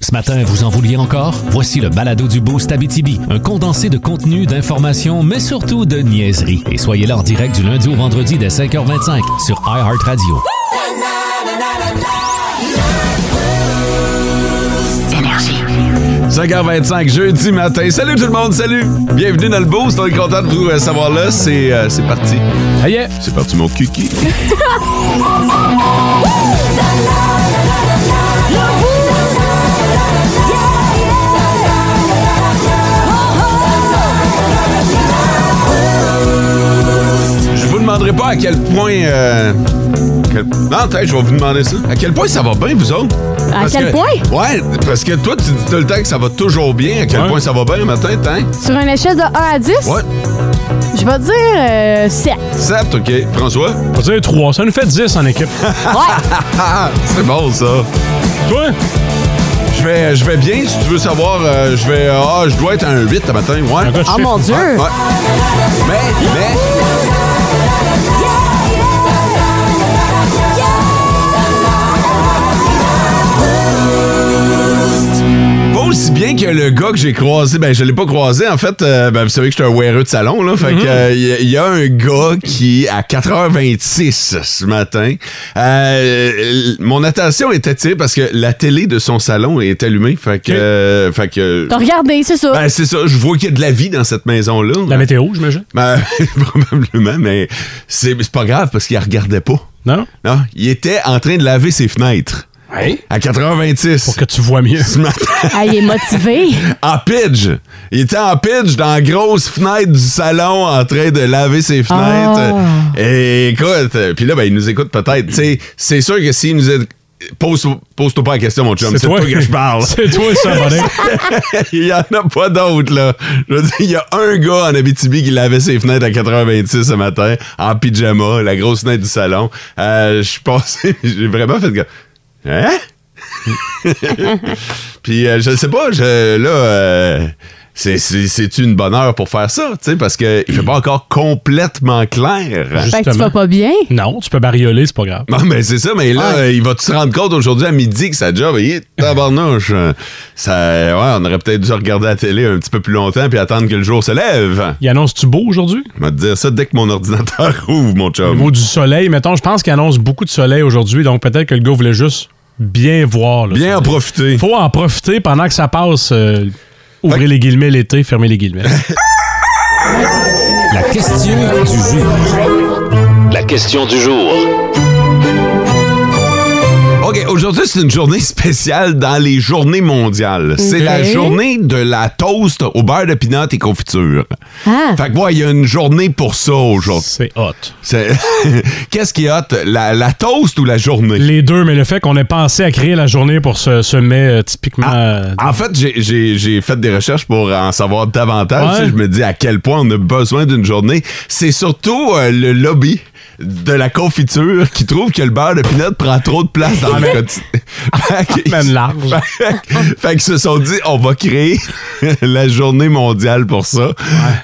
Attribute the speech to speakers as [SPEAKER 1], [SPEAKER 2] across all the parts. [SPEAKER 1] Ce matin, vous en vouliez encore? Voici le balado du Boost Abitibi, un condensé de contenu, d'informations, mais surtout de niaiseries. Et soyez là en direct du lundi au vendredi dès 5h25 sur iHeartRadio.
[SPEAKER 2] Énergie.
[SPEAKER 3] 5h25, jeudi matin. Salut tout le monde, salut! Bienvenue dans le boost, on est content de vous euh, savoir là. C'est euh, c'est parti.
[SPEAKER 1] Ah,
[SPEAKER 3] C'est parti mon kiki. Je vous demanderai pas à quel point... euh, quel- Non, peut-être je vais vous demander ça. À quel point ça va bien, vous autres?
[SPEAKER 4] À
[SPEAKER 3] Parce
[SPEAKER 4] quel
[SPEAKER 3] que-
[SPEAKER 4] point?
[SPEAKER 3] Ouais, parce que toi, tu dis tout le temps que ça va toujours bien. À quel point ça va bien, matin, tant?
[SPEAKER 4] Sur une échelle de 1 à 10,
[SPEAKER 3] Ouais.
[SPEAKER 4] je vais dire euh, 7.
[SPEAKER 3] 7, OK. François?
[SPEAKER 5] On va dire 3. Ça nous fait 10 en équipe.
[SPEAKER 3] Ah, c'est bon, ça.
[SPEAKER 5] Toi?
[SPEAKER 3] Ah, Je vais, je vais bien, si tu veux savoir, euh, je vais... Ah, je dois être à un 8 ce matin, ouais.
[SPEAKER 5] Un gars de
[SPEAKER 4] Oh
[SPEAKER 5] chiffre.
[SPEAKER 4] mon Dieu!
[SPEAKER 3] Ouais. Mais, mais... Pas aussi bien que le gars que j'ai croisé. Ben, je l'ai pas croisé. En fait, euh, ben, vous savez que j'étais un weareux de salon, là.
[SPEAKER 5] Mhm.
[SPEAKER 3] Fait que, euh, y, a- y a un gars qui, à 4h26 ce matin, euh, l- mon attention est attirée parce que la télé de son salon est allumée. Fait que,
[SPEAKER 5] Ok.
[SPEAKER 3] euh, fait que,
[SPEAKER 4] T'as regardé, c'est ça.
[SPEAKER 3] ben, c'est ça. Je vois qu'il y a de la vie dans cette maison-là.
[SPEAKER 5] La météo, j'imagine.
[SPEAKER 3] Ben, probablement, mais c'est c'est pas grave parce qu'il la regardait pas.
[SPEAKER 5] Non?
[SPEAKER 3] Non, il était en train de laver ses fenêtres à 4h26.
[SPEAKER 5] Pour que tu vois mieux.
[SPEAKER 3] Ce matin,
[SPEAKER 4] Ah, il est motivé.
[SPEAKER 3] en pidge. Il était en pidge dans la grosse fenêtre du salon en train de laver ses fenêtres.
[SPEAKER 4] Ah.
[SPEAKER 3] Et écoute, euh, puis là, ben, il nous écoute peut-être. Tu sais, c'est sûr que s'il nous écoute. Pose- Pose-toi pas la question, mon chum. C'est toi que je parle.
[SPEAKER 5] C'est toi, ça, mon ami.
[SPEAKER 3] il y en a pas d'autres, là. Je veux dire, il y a un gars en Abitibi qui lavait ses fenêtres à 4h26 ce matin, en pyjama, la grosse fenêtre du salon. Euh, je suis passé, j'ai vraiment fait que... Hein? Puis euh, je sais pas, je, là, euh, c'est- c'est- c'est-tu une bonne heure pour faire ça, tu sais, parce que il fait pas encore complètement clair.
[SPEAKER 4] fait que tu
[SPEAKER 5] Justement.
[SPEAKER 4] vas pas bien.
[SPEAKER 5] Non, tu peux barioler, c'est pas grave.
[SPEAKER 3] Non, mais c'est ça, mais là, euh, il va se rendre compte aujourd'hui à midi que sa job, il est tabarnouche. Euh, Ça, ouais, on aurait peut-être dû regarder la télé un petit peu plus longtemps puis attendre que le jour se lève.
[SPEAKER 5] Il annonce-tu beau aujourd'hui?
[SPEAKER 3] Je vais te dire ça dès que mon ordinateur ouvre, mon
[SPEAKER 5] Au
[SPEAKER 3] chum.
[SPEAKER 5] niveau du soleil, mettons, je pense qu'il annonce beaucoup de soleil aujourd'hui, donc peut-être que le gars voulait juste bien voir. là.
[SPEAKER 3] Bien en profiter.
[SPEAKER 5] Faut en profiter pendant que ça passe. euh, ouvrez les guillemets l'été, fermez les guillemets.
[SPEAKER 1] La question du jour.
[SPEAKER 6] La question du jour.
[SPEAKER 3] OK, aujourd'hui, c'est une journée spéciale dans les journées mondiales. C'est
[SPEAKER 4] Ok.
[SPEAKER 3] la journée de la toast au beurre de pinot et confiture.
[SPEAKER 4] Ah.
[SPEAKER 3] Fait que, ouais, il y a une journée pour ça aujourd'hui.
[SPEAKER 5] C'est hot.
[SPEAKER 3] C'est- Qu'est-ce qui est hot? La, la toast ou la journée?
[SPEAKER 5] Les deux, mais le fait qu'on ait pensé à créer la journée pour ce, ce mets euh, typiquement.
[SPEAKER 3] Ah.
[SPEAKER 5] euh,
[SPEAKER 3] En fait, j'ai- j'ai j'ai fait des recherches pour en savoir davantage.
[SPEAKER 5] Ouais.
[SPEAKER 3] Tu sais, Je me dis à quel point on a besoin d'une journée. C'est surtout euh, le lobby de la confiture qui trouve que le beurre de pinot prend trop de place dans le quotidien. Fait que-
[SPEAKER 5] Même Ah, large.
[SPEAKER 3] Fait que- fait qu'ils se sont dit, on va créer la journée mondiale pour ça.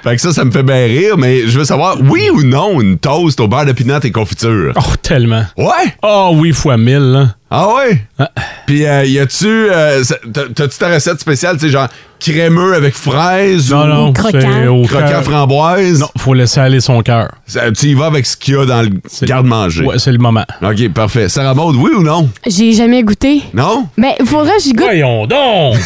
[SPEAKER 3] Fait que ça, ça me fait bien rire, mais je veux savoir, oui ou non, une toast au beurre de pinot et confiture?
[SPEAKER 5] Oh, tellement.
[SPEAKER 3] Ouais!
[SPEAKER 5] Oh oui, fois mille, là.
[SPEAKER 3] Ah ouais? Puis euh, y a-tu. euh, ça- t'as- T'as-tu ta recette spéciale, tu sais, genre crémeux avec fraises
[SPEAKER 5] Non,
[SPEAKER 3] ou
[SPEAKER 5] non,
[SPEAKER 4] croquant.
[SPEAKER 5] c'est au
[SPEAKER 3] croquant
[SPEAKER 5] cœur.
[SPEAKER 3] framboise?
[SPEAKER 5] Non, faut laisser aller son cœur.
[SPEAKER 3] Ça- tu y vas avec ce qu'il y a dans le
[SPEAKER 5] C'est-
[SPEAKER 3] garde-manger.
[SPEAKER 5] Ouais, c'est le moment.
[SPEAKER 3] Ok, parfait. Sarah Maud, oui ou non?
[SPEAKER 4] J'ai jamais goûté.
[SPEAKER 3] Non?
[SPEAKER 4] Mais il faudrait que j'y goûte.
[SPEAKER 5] Voyons donc!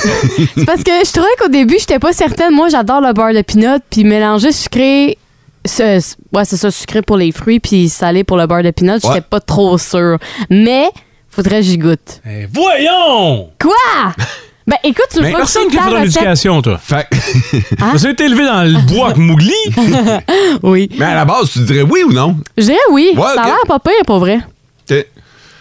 [SPEAKER 4] C'est parce que je trouvais qu'au début, j'étais pas certaine. Moi, j'adore le beurre de pinot, puis mélanger sucré. ce- ce- ouais, c'est ça, sucré pour les fruits, puis salé pour le beurre de pinot. J'étais
[SPEAKER 3] Ouais.
[SPEAKER 4] pas trop sûre. Mais faudrait que j'y goûte.
[SPEAKER 5] Eh, voyons!
[SPEAKER 4] Quoi? Ben écoute, tu me
[SPEAKER 3] Mais
[SPEAKER 4] fais
[SPEAKER 5] Personne
[SPEAKER 4] tout
[SPEAKER 5] qui
[SPEAKER 4] le
[SPEAKER 5] fait
[SPEAKER 4] temps
[SPEAKER 5] ton
[SPEAKER 4] la recette.
[SPEAKER 5] éducation, toi.
[SPEAKER 3] Fait...
[SPEAKER 4] Hein?
[SPEAKER 5] Vous êtes élevé dans le bois que Mougli?
[SPEAKER 4] Oui.
[SPEAKER 3] Mais à la base, tu dirais oui ou non?
[SPEAKER 4] Je dirais oui.
[SPEAKER 3] Ouais,
[SPEAKER 4] ça a
[SPEAKER 3] ok.
[SPEAKER 4] l'air pas pire pour vrai.
[SPEAKER 5] Hein?
[SPEAKER 3] T'es-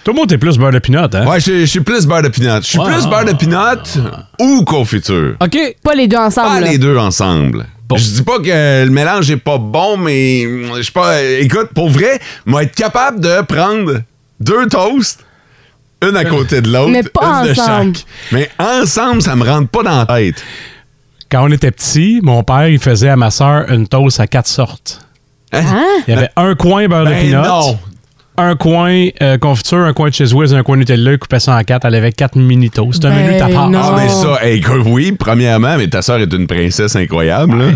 [SPEAKER 5] Tout le monde est plus beurre de pinot, hein?
[SPEAKER 3] Ouais, je je suis plus beurre de pinot. Je suis
[SPEAKER 5] Ouais.
[SPEAKER 3] plus beurre de pinot ou confiture.
[SPEAKER 5] OK.
[SPEAKER 4] Pas les deux ensemble.
[SPEAKER 3] Pas
[SPEAKER 4] là.
[SPEAKER 3] Ah, les deux ensemble.
[SPEAKER 5] Bon.
[SPEAKER 3] Je dis pas que le mélange est pas bon, mais mm, je suis pas. euh, Écoute, pour vrai, moi être capable de prendre deux toasts, une à côté de l'autre,
[SPEAKER 4] Mais pas
[SPEAKER 3] une de
[SPEAKER 4] ensemble.
[SPEAKER 3] chaque. Mais ensemble, ça me rentre pas dans la tête.
[SPEAKER 5] Quand on était petit, mon père, il faisait à ma sœur une toast à quatre sortes.
[SPEAKER 4] Hein?
[SPEAKER 5] Il y avait un coin beurre de
[SPEAKER 3] Ben
[SPEAKER 5] pinot.
[SPEAKER 3] non.
[SPEAKER 5] un coin euh, confiture, un coin de chez Wiz, un coin Nutella, il coupait ça en quatre. Elle avait quatre mini toasts. C'était un
[SPEAKER 4] Ben
[SPEAKER 5] menu ta part.
[SPEAKER 4] non.
[SPEAKER 3] Ah,
[SPEAKER 4] Oh.
[SPEAKER 3] ben ça, hey, que- oui, premièrement, mais ta sœur est une princesse incroyable. là.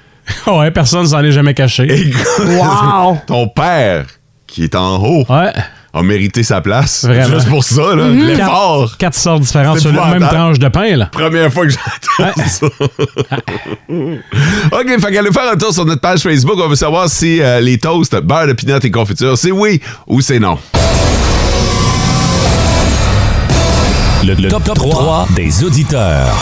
[SPEAKER 5] ouais, personne s'en est jamais caché.
[SPEAKER 3] ben Et
[SPEAKER 4] Wow!
[SPEAKER 3] ton père, qui est en haut,
[SPEAKER 5] Ouais.
[SPEAKER 3] a mérité sa place.
[SPEAKER 5] Vraiment.
[SPEAKER 3] Juste pour ça, là.
[SPEAKER 4] Mhm.
[SPEAKER 3] L'effort.
[SPEAKER 5] Quatre, quatre sortes différentes
[SPEAKER 3] Mmh. C'est
[SPEAKER 5] sur la même
[SPEAKER 3] épouvantable.
[SPEAKER 5] tranche de pain, là.
[SPEAKER 3] Première fois que j'entends ça. OK, fait qu'allez faire un tour sur notre page Facebook. On veut savoir si euh, les toasts, beurre de pinot et confiture, c'est oui ou c'est non.
[SPEAKER 1] Le, le top, 3 des auditeurs.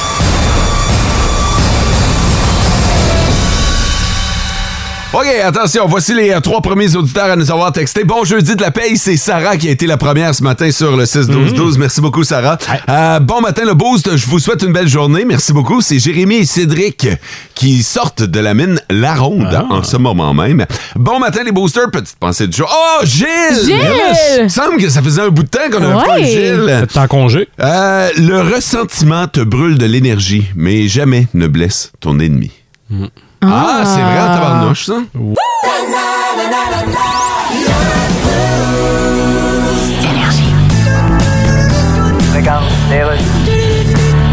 [SPEAKER 3] OK, attention, voici les euh, trois premiers auditeurs à nous avoir texté. Bon jeudi de la paye, c'est Sarah qui a été la première ce matin sur le 6-12-12. Merci beaucoup, Sarah. Euh, bon matin, le boost. Je vous souhaite une belle journée. Merci beaucoup. C'est Jérémy et Cédric qui sortent de la mine La Ronde en ce moment même. Bon matin, les boosters. Petite pensée du jour. Oh, Gilles!
[SPEAKER 4] Gilles!
[SPEAKER 3] Il me semble que ça faisait un bout de temps qu'on n'avait pas eu
[SPEAKER 4] Ouais.
[SPEAKER 3] Gilles.
[SPEAKER 5] T'es en congé.
[SPEAKER 3] Euh, le ressentiment te brûle de l'énergie, mais jamais ne blesse ton ennemi. Ah, c'est vrai, en tabarnouche, ça?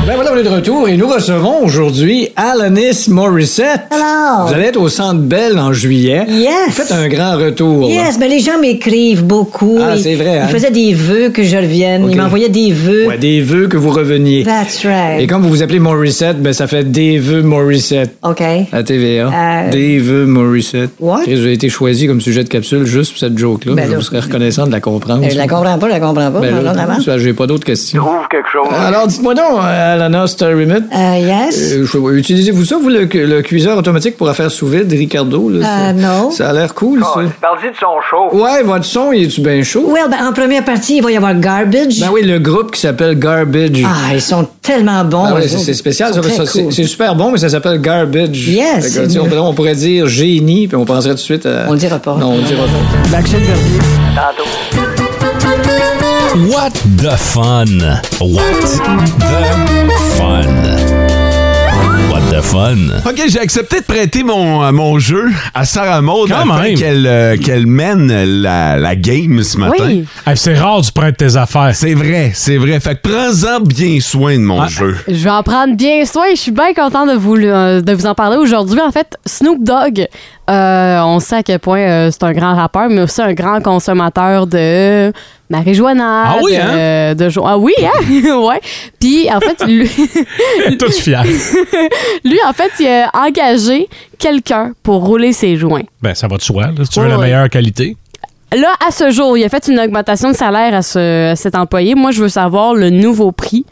[SPEAKER 2] Ben voilà, on est de retour et nous recevons aujourd'hui Alanis Morissette.
[SPEAKER 7] Hello.
[SPEAKER 2] Vous allez être au Centre Bell en juillet.
[SPEAKER 7] Yes.
[SPEAKER 2] Vous faites un grand retour. là.
[SPEAKER 7] Yes, mais les gens m'écrivent beaucoup.
[SPEAKER 2] Ah,
[SPEAKER 7] Ils-
[SPEAKER 2] c'est vrai, hein?
[SPEAKER 7] Ils faisaient des vœux que je revienne.
[SPEAKER 2] Ok.
[SPEAKER 7] Ils m'envoyaient des vœux.
[SPEAKER 2] Ouais, des vœux que vous reveniez.
[SPEAKER 7] That's right.
[SPEAKER 2] Et comme vous vous appelez Morissette, ben ça fait des vœux Morissette
[SPEAKER 7] OK.
[SPEAKER 2] à TVA.
[SPEAKER 7] Euh,
[SPEAKER 2] Des vœux Morissette.
[SPEAKER 7] What?
[SPEAKER 2] Chris, vous avez été choisi comme sujet de capsule juste pour cette joke-là.
[SPEAKER 7] Ben
[SPEAKER 2] mais je
[SPEAKER 7] là.
[SPEAKER 2] vous serais reconnaissant de la comprendre.
[SPEAKER 7] Euh, Je la comprends pas, je la comprends pas.
[SPEAKER 2] Ben
[SPEAKER 7] Parlons
[SPEAKER 2] là,
[SPEAKER 7] d'avant.
[SPEAKER 2] ça, j'ai pas d'autres questions. Trouve quelque chose. Alors, dites-moi donc, euh, Alana Starrimit.
[SPEAKER 7] Euh, yes.
[SPEAKER 2] Euh, je sais pas, Utilisez-vous ça, vous, le, cu- le cuiseur automatique pour affaires sous vide, Ricardo? Là, ça-
[SPEAKER 7] Euh, non.
[SPEAKER 2] Ça a l'air cool, ça.
[SPEAKER 8] Parlez de son show.
[SPEAKER 2] Ouais, votre son, il est-tu bien chaud?
[SPEAKER 7] Well, ben, en première partie, il va y avoir Garbage.
[SPEAKER 2] Ben oui, le groupe qui s'appelle Garbage.
[SPEAKER 7] Ah, ils sont tellement bons.
[SPEAKER 2] Ah ouais,
[SPEAKER 7] eux
[SPEAKER 2] c'est
[SPEAKER 7] autres.
[SPEAKER 2] c'est spécial,
[SPEAKER 7] Ils
[SPEAKER 2] ça,
[SPEAKER 7] sont
[SPEAKER 2] ça,
[SPEAKER 7] très
[SPEAKER 2] c'est
[SPEAKER 7] cool.
[SPEAKER 2] c'est super bon, mais ça s'appelle Garbage.
[SPEAKER 7] Yes,
[SPEAKER 2] Fait que,
[SPEAKER 7] c'est
[SPEAKER 2] tu sais, on,
[SPEAKER 7] mieux.
[SPEAKER 2] pourrait- on pourrait dire génie, puis on penserait tout de suite à...
[SPEAKER 7] On le dira pas.
[SPEAKER 2] Non, on le dira pas.
[SPEAKER 1] What the fun? What the fun? What the fun?
[SPEAKER 3] OK, j'ai accepté de prêter mon, euh, mon jeu à Sarah Maud
[SPEAKER 5] Quand
[SPEAKER 3] afin
[SPEAKER 5] même.
[SPEAKER 3] qu'elle euh, qu'elle mène la, la game ce matin.
[SPEAKER 4] Oui.
[SPEAKER 5] Hey, c'est rare du prêt de tes affaires.
[SPEAKER 3] C'est vrai, c'est vrai. Fait que prends-en bien soin de
[SPEAKER 5] Ah.
[SPEAKER 3] mon jeu.
[SPEAKER 4] Je vais en prendre bien soin. Je suis bien content de vous, le- de vous en parler aujourd'hui. En fait, Snoop Dogg, euh, on sait à quel point euh, c'est un grand rappeur, mais aussi un grand consommateur de marijuana.
[SPEAKER 5] Ah oui,
[SPEAKER 4] de-
[SPEAKER 5] hein?
[SPEAKER 4] de jo- ah oui, hein? ouais. Puis, en fait, lui,
[SPEAKER 5] Tout fier.
[SPEAKER 4] lui, en fait, il a engagé quelqu'un pour rouler ses joints.
[SPEAKER 5] Ben, ça va de soi, là, si tu veux
[SPEAKER 4] Ouais,
[SPEAKER 5] la
[SPEAKER 4] ouais.
[SPEAKER 5] meilleure qualité.
[SPEAKER 4] Là, à ce jour, il a fait une augmentation de salaire à, ce- à cet employé. Moi, je veux savoir le nouveau prix.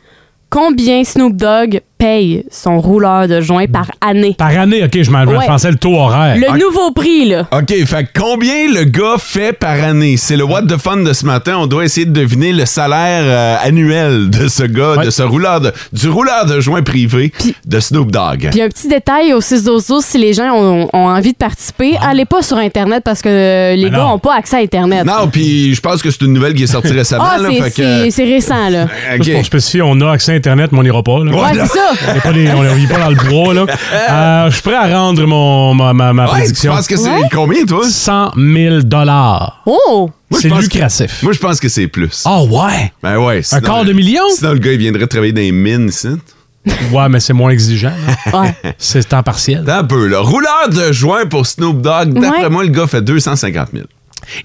[SPEAKER 4] Combien Snoop Dogg paye son rouleur de joint par année?
[SPEAKER 5] Par année, OK, je m'en
[SPEAKER 4] Ouais.
[SPEAKER 5] je pensais le taux horaire.
[SPEAKER 3] Ben,
[SPEAKER 4] Le nouveau prix, là.
[SPEAKER 3] OK, fait que combien le gars fait par année? C'est le What the Fun de ce matin. On doit essayer de deviner le salaire euh, annuel de ce gars,
[SPEAKER 5] Ouais.
[SPEAKER 3] de ce rouleur de, du rouleur de joint privé de Snoop Dogg.
[SPEAKER 4] Puis un petit détail au 6 12 12 si les gens ont, ont envie de participer,
[SPEAKER 3] Ah.
[SPEAKER 4] allez pas sur Internet parce que euh, les
[SPEAKER 5] Mais
[SPEAKER 4] gars
[SPEAKER 5] non.
[SPEAKER 4] n'ont pas accès à Internet.
[SPEAKER 3] Ben Non, puis je pense que c'est une nouvelle qui est sortie récemment.
[SPEAKER 4] Ah,
[SPEAKER 3] là,
[SPEAKER 4] c'est-
[SPEAKER 3] fait
[SPEAKER 4] c'est
[SPEAKER 3] que- euh,
[SPEAKER 4] c'est récent, là.
[SPEAKER 5] Juste
[SPEAKER 3] OK.
[SPEAKER 5] pour spécifier, on a accès à Internet, mais on n'ira pas. là.
[SPEAKER 4] Ouais,
[SPEAKER 3] là.
[SPEAKER 4] c'est ça.
[SPEAKER 5] On n'est pas des- on ne vit pas dans le bois. là. Euh, je suis prêt à rendre mon, ma, ma, ma
[SPEAKER 3] Ouais, tu
[SPEAKER 5] prédiction.
[SPEAKER 3] penses que c'est
[SPEAKER 4] Ouais.
[SPEAKER 3] combien, toi?
[SPEAKER 5] 100 000 dollars.
[SPEAKER 4] Oh!
[SPEAKER 3] Moi, je
[SPEAKER 5] C'est
[SPEAKER 3] pense que-
[SPEAKER 5] lucratif.
[SPEAKER 3] Moi, je pense que c'est plus.
[SPEAKER 5] Ah ouais?
[SPEAKER 3] Ben ouais.
[SPEAKER 5] Un
[SPEAKER 3] sinon- euh,
[SPEAKER 5] quart de million?
[SPEAKER 3] Sinon, le gars, il viendrait travailler dans les mines ici.
[SPEAKER 5] Ouais, mais c'est moins exigeant. là.
[SPEAKER 4] Ouais.
[SPEAKER 5] C'est temps partiel.
[SPEAKER 3] Attends un peu, là. Rouleur de joint pour Snoop Dogg. D'après
[SPEAKER 4] Ouais.
[SPEAKER 3] moi, le gars fait 250 000.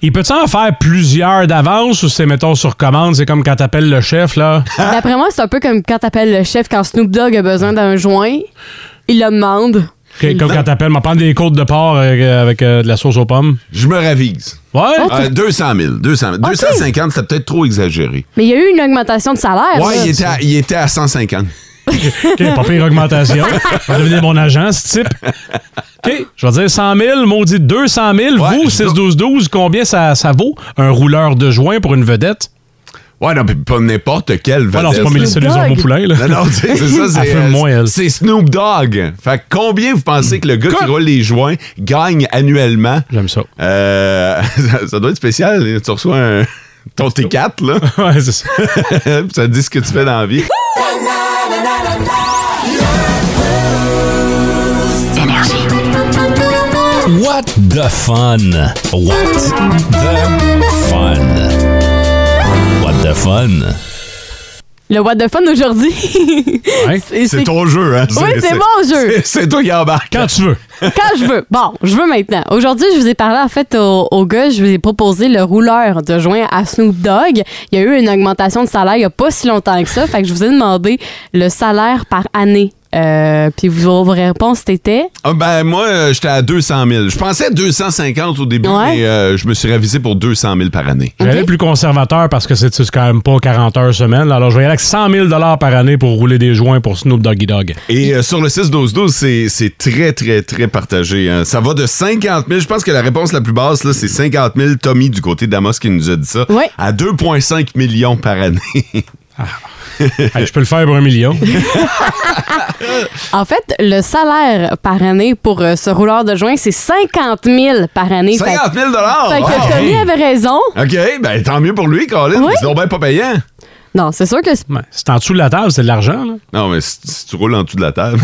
[SPEAKER 5] Il peut-tu en faire plusieurs d'avance ou c'est, mettons, sur commande? C'est comme quand t'appelles le chef, là.
[SPEAKER 3] Ah.
[SPEAKER 4] D'après moi, c'est un peu comme quand t'appelles le chef quand Snoop Dogg a besoin d'un joint. Il le demande.
[SPEAKER 5] Que- comme quand t'appelles, m'en prendre des côtes de porc euh, avec euh, de la sauce aux pommes.
[SPEAKER 3] Je me ravise.
[SPEAKER 5] Ouais?
[SPEAKER 3] Euh, 200 000. 200 000. 250, c'était peut-être trop exagéré.
[SPEAKER 4] Mais il y a eu une augmentation de salaire.
[SPEAKER 3] Ouais,
[SPEAKER 4] là.
[SPEAKER 3] il était, à, il était à 150.
[SPEAKER 5] OK, pas pire augmentation. Je vais devenir mon agent, ce type. OK, je vais dire 100 000, maudit 200 000.
[SPEAKER 3] Ouais,
[SPEAKER 5] Vous,
[SPEAKER 3] je
[SPEAKER 5] 6-12-12, combien ça, ça vaut un rouleur de joint pour une vedette?
[SPEAKER 3] Ouais, non, puis pas n'importe quel
[SPEAKER 5] Ah non, c'est pas
[SPEAKER 3] vedette,
[SPEAKER 5] Mélissa les ormeaux poulains, là.
[SPEAKER 3] là. Ben, Non, non, tu sais, c'est ça,
[SPEAKER 5] Elle
[SPEAKER 3] c'est
[SPEAKER 5] fume moins,
[SPEAKER 3] euh,
[SPEAKER 5] elle.
[SPEAKER 3] c'est Snoop Dogg. Fait que combien vous pensez que le gars qui
[SPEAKER 5] Quoi?
[SPEAKER 3] roule les joints gagne annuellement?
[SPEAKER 5] J'aime ça.
[SPEAKER 3] Euh, ça doit être spécial. hein. Tu reçois un, ton T4, là.
[SPEAKER 5] Ouais, c'est ça.
[SPEAKER 3] Puis ça te dit ce que tu fais dans la vie.
[SPEAKER 1] What the fun? What the fun? What the fun?
[SPEAKER 4] Le What the Fun aujourd'hui.
[SPEAKER 5] Ouais,
[SPEAKER 3] C'est ton jeu, hein?
[SPEAKER 4] Oui, c'est mon jeu.
[SPEAKER 3] c'est- C'est toi qui embarque.
[SPEAKER 5] Quand tu veux.
[SPEAKER 4] Quand je veux. Bon, je veux maintenant. Aujourd'hui, je vous ai parlé en fait au, au gars, je vous ai proposé le rouleur de joint à Snoop Dogg. Il y a eu une augmentation de salaire il n'y a pas si longtemps que ça. Fait que je vous ai demandé le salaire par année. Euh, puis vos vos réponses, c'était...
[SPEAKER 3] Ah, ben, moi, euh, j'étais à 200 000. Je pensais à 250 au début,
[SPEAKER 4] Ouais.
[SPEAKER 3] mais euh, je me suis ravisé pour 200 000 par année.
[SPEAKER 5] J'allais plus conservateur parce que c'est c'est quand même pas 40 heures semaine. là. Alors, je vais y aller avec 100 000 par année pour rouler des joints pour Snoop Doggy Dogg.
[SPEAKER 3] Et euh, sur le 6-12-12, c'est- c'est très, très, très partagé. hein. Ça va de 50 000. Je pense que la réponse la plus basse, là, c'est 50 000. Tommy, du côté d'Amos, qui nous a dit ça.
[SPEAKER 4] Ouais.
[SPEAKER 3] À 2,5 millions par année.
[SPEAKER 5] Hey, je peux le faire pour un million.
[SPEAKER 4] En fait, le salaire par année pour euh, ce rouleur de joint, c'est 50 000 par année. Fait que-
[SPEAKER 3] 50 000
[SPEAKER 4] Fait que
[SPEAKER 3] Wow.
[SPEAKER 4] Tommy avait raison.
[SPEAKER 3] OK, ben tant mieux pour lui, Colin.
[SPEAKER 4] Oui.
[SPEAKER 3] C'est donc ben pas payant.
[SPEAKER 4] Non, c'est sûr que c'est-
[SPEAKER 5] Ouais, c'est en dessous de la table, c'est de l'argent. là.
[SPEAKER 3] Non, mais si, si tu roules en dessous de la table.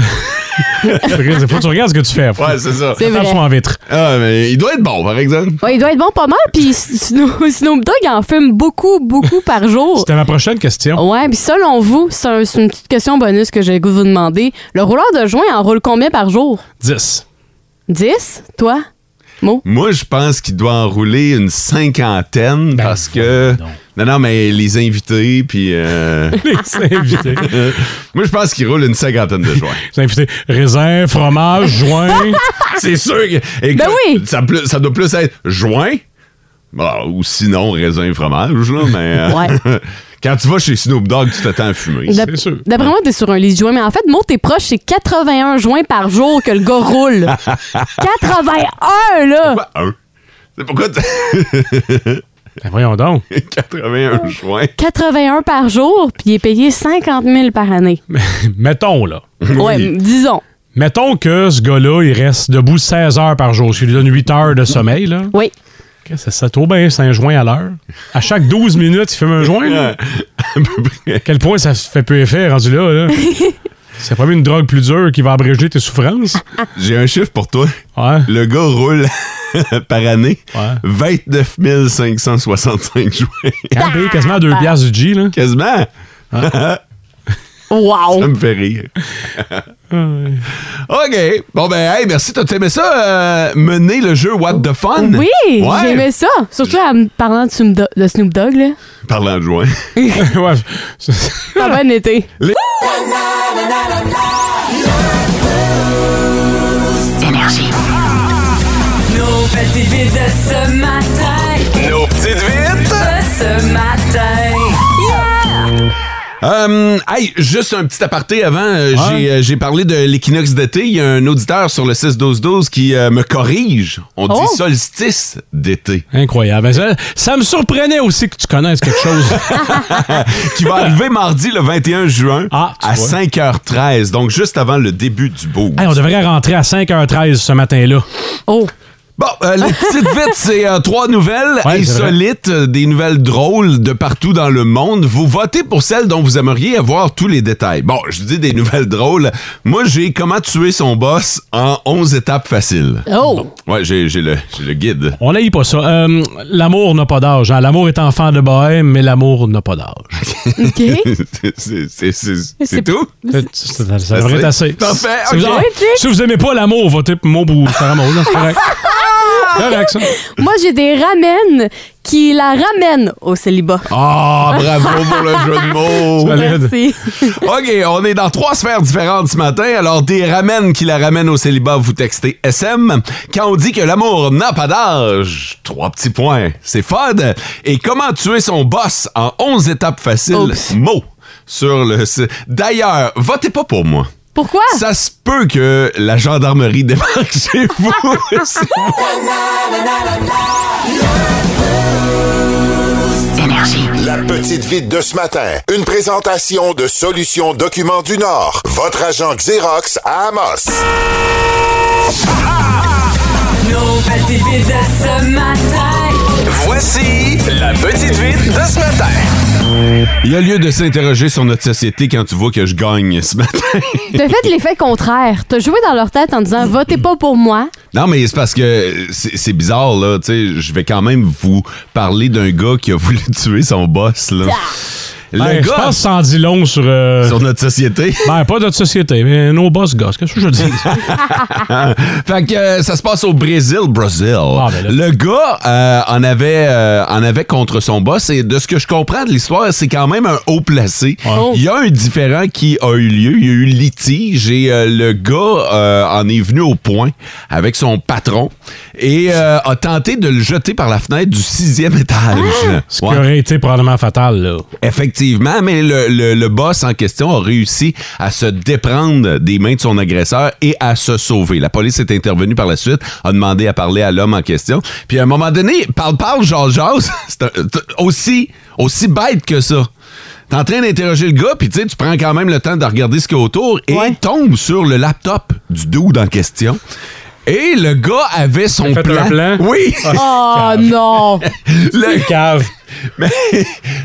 [SPEAKER 5] Faut que tu regardes ce que tu fais. Faut-
[SPEAKER 3] ouais, c'est ça.
[SPEAKER 4] C'est vrai.
[SPEAKER 5] Attention en vitre.
[SPEAKER 3] Ah, mais il doit être bon, par exemple.
[SPEAKER 4] ouais, il doit être bon pas mal. Puis Snoop Snoop Dogg en fume beaucoup, beaucoup par jour.
[SPEAKER 5] C'était ma prochaine question.
[SPEAKER 4] Ouais, puis selon vous, c'est un- c'est une petite question bonus que j'ai le goût de vous demander. Le rouleur de joint en roule combien par jour?
[SPEAKER 5] 10.
[SPEAKER 4] 10? Toi? Mo?
[SPEAKER 3] Moi, je pense qu'il doit enrouler une cinquantaine
[SPEAKER 5] Ben,
[SPEAKER 3] parce que.
[SPEAKER 5] voyons donc.
[SPEAKER 3] Non, non, mais les invités, puis. euh,
[SPEAKER 5] Les invités.
[SPEAKER 3] euh, moi, je pense qu'il roule une cinquantaine de joints.
[SPEAKER 5] Les invités. Raisin, fromage, joint.
[SPEAKER 3] C'est sûr que. écoute,
[SPEAKER 4] Ben oui.
[SPEAKER 3] Ça, plus- ça doit plus être joint. Bon, ou sinon, raisin et fromage, là, mais. euh, Quand tu vas chez Snoop Dogg, tu t'attends à fumer.
[SPEAKER 4] D'ap-
[SPEAKER 5] sûr.
[SPEAKER 4] D'après moi, t'es sur un lit de joint, mais en fait, Mo, t'es proche, c'est 81 joints par jour que le gars roule. 81, là!
[SPEAKER 3] Pourquoi un? C'est pourquoi tu-
[SPEAKER 5] Ben, voyons donc.
[SPEAKER 4] Oh.
[SPEAKER 3] 81 joints.
[SPEAKER 4] 81 par jour, puis il est payé 50 000 par année.
[SPEAKER 5] Mettons, là.
[SPEAKER 4] Ouais, disons.
[SPEAKER 5] Mettons que ce gars-là, il reste debout 16 heures par jour. Si lui donne 8 heures de sommeil, là.
[SPEAKER 4] Oui.
[SPEAKER 5] Ok, ça, ça tourne bien, c'est un joint à l'heure. À chaque 12 minutes, il fume un joint. là. À quel point ça fait peu effet rendu là. là. C'est pas une drogue plus dure qui va abréger tes souffrances.
[SPEAKER 3] J'ai un chiffre pour toi.
[SPEAKER 5] Ouais.
[SPEAKER 3] Le gars roule par année
[SPEAKER 5] Ouais.
[SPEAKER 3] 29 565 jouets.
[SPEAKER 4] Ah.
[SPEAKER 5] Quand payer quasiment 2 piastres du G, là.
[SPEAKER 3] Quasiment.
[SPEAKER 4] Wow!
[SPEAKER 3] Ça me fait rire.
[SPEAKER 4] Ah
[SPEAKER 3] OK. Bon, ben, hey, merci. T'as aimé ça, euh, mener le jeu What the Fun?
[SPEAKER 4] Oui,
[SPEAKER 3] Ouais.
[SPEAKER 4] j'aimais ça. Surtout en me parlant de Snoop Dogg- de Snoop Dogg, là.
[SPEAKER 3] Parlant de joint.
[SPEAKER 5] ouais. C'est-
[SPEAKER 4] Ça
[SPEAKER 3] Ah.
[SPEAKER 4] va bon été.
[SPEAKER 8] Nos petites vites de ce matin.
[SPEAKER 3] Nos petites vites.
[SPEAKER 8] De ce matin.
[SPEAKER 3] Euh, hey, juste un petit aparté avant. euh, J'ai, euh, j'ai parlé de l'équinoxe d'été. Il y a un auditeur sur le 6-12-12 qui euh, me corrige. On dit
[SPEAKER 4] Oh.
[SPEAKER 3] solstice d'été.
[SPEAKER 5] Incroyable. Ben, Ça, ça me surprenait aussi que tu connaisses quelque chose.
[SPEAKER 3] qui va arriver mardi le 21 juin
[SPEAKER 5] Ah, tu
[SPEAKER 3] à
[SPEAKER 5] vois.
[SPEAKER 3] 5h13, donc juste avant le début du beau.
[SPEAKER 5] Hey, on devrait rentrer à 5h13 ce matin-là.
[SPEAKER 4] Oh!
[SPEAKER 3] Bon, euh, les petites vites, c'est euh, trois nouvelles
[SPEAKER 5] Ouais, c'est vrai.
[SPEAKER 3] insolites, euh, des nouvelles drôles de partout dans le monde. Vous votez pour celles dont vous aimeriez avoir tous les détails. Bon, je dis des nouvelles drôles. Moi, j'ai comment tuer son boss en 11 étapes faciles.
[SPEAKER 4] Oh!
[SPEAKER 3] Ouais, j'ai j'ai le, j'ai le guide.
[SPEAKER 5] On n'aille pas ça. Euh, l'amour n'a pas d'âge. hein. L'amour est enfant de bohème, mais l'amour n'a pas d'âge.
[SPEAKER 4] OK.
[SPEAKER 3] C'est- c'est- c'est- c'est c'est
[SPEAKER 4] C'est-
[SPEAKER 3] tout?
[SPEAKER 5] Euh, Ça- Ça ça devrait être assez.
[SPEAKER 3] Ben, Parfait,
[SPEAKER 5] Si vous,
[SPEAKER 3] ok.
[SPEAKER 5] aimez- si vous aimez pas l'amour, votez pour mon bout. C'est amour, là. C'est correct. correct, ça.
[SPEAKER 4] Moi, j'ai des ramen qui la ramènent au célibat.
[SPEAKER 3] Ah, bravo pour le jeu de mots!
[SPEAKER 5] Valide.
[SPEAKER 4] Merci.
[SPEAKER 3] ben. OK, on est dans trois sphères différentes ce matin. Alors, des ramènes qui la ramènent au célibat, vous textez SM. Quand on dit que l'amour n'a pas d'âge, trois petits points, c'est FOD. Et comment tuer son boss en 11 étapes faciles,
[SPEAKER 4] Oups.
[SPEAKER 3] mot sur le... c- D'ailleurs, votez pas pour moi.
[SPEAKER 4] Pourquoi?
[SPEAKER 3] Ça se peut que la gendarmerie débarque chez vous.
[SPEAKER 9] La petite vite de ce matin. Une présentation de Solutions Documents du Nord. Votre agent Xerox à Amos.
[SPEAKER 8] Nos petites vites de ce matin.
[SPEAKER 10] Voici la petite vite de ce matin.
[SPEAKER 3] Il y a lieu de s'interroger sur notre société quand tu vois que je gagne ce matin.
[SPEAKER 4] T'as fait l'effet contraire. T'as joué dans leur tête en disant
[SPEAKER 3] Mm.
[SPEAKER 4] votez pas pour moi.
[SPEAKER 3] Non, mais c'est parce que c'est c'est bizarre, là. Tu sais, je vais quand même vous parler d'un gars qui a voulu tuer son boss, là. Le
[SPEAKER 5] Ben, Je
[SPEAKER 3] gars,
[SPEAKER 5] pense que ça en dit long sur. euh,
[SPEAKER 3] sur notre société.
[SPEAKER 5] Ben, pas notre société, mais nos boss gosses. Qu'est-ce que je dis?
[SPEAKER 3] fait que euh, ça se passe au Brésil, Brésil.
[SPEAKER 5] ben là.
[SPEAKER 3] le gars euh, en avait euh, en avait contre son boss et de ce que je comprends de l'histoire, c'est quand même un haut placé. Il y a un différent qui a eu lieu, il y a eu litige et euh, le gars euh, en est venu au point avec son patron et euh, a tenté de le jeter par la fenêtre du sixième étage.
[SPEAKER 5] Ce qui
[SPEAKER 3] Ouais.
[SPEAKER 5] aurait été probablement fatal, là.
[SPEAKER 3] Effectivement, mais le, le- le boss en question a réussi à se déprendre des mains de son agresseur et à se sauver. La police est intervenue par la suite, a demandé à parler à l'homme en question. Puis à un moment donné, parle, parle, jase, jase. C'est un- t- aussi, aussi bête que ça. T'es en train d'interroger le gars, puis tu sais, tu prends quand même le temps de regarder ce qu'il y a autour et tombe sur le laptop du dude en question. Et le gars avait son
[SPEAKER 5] fait un plan? Ah,
[SPEAKER 3] Oui!
[SPEAKER 4] Oh non!
[SPEAKER 3] le,
[SPEAKER 5] Cave.
[SPEAKER 3] mais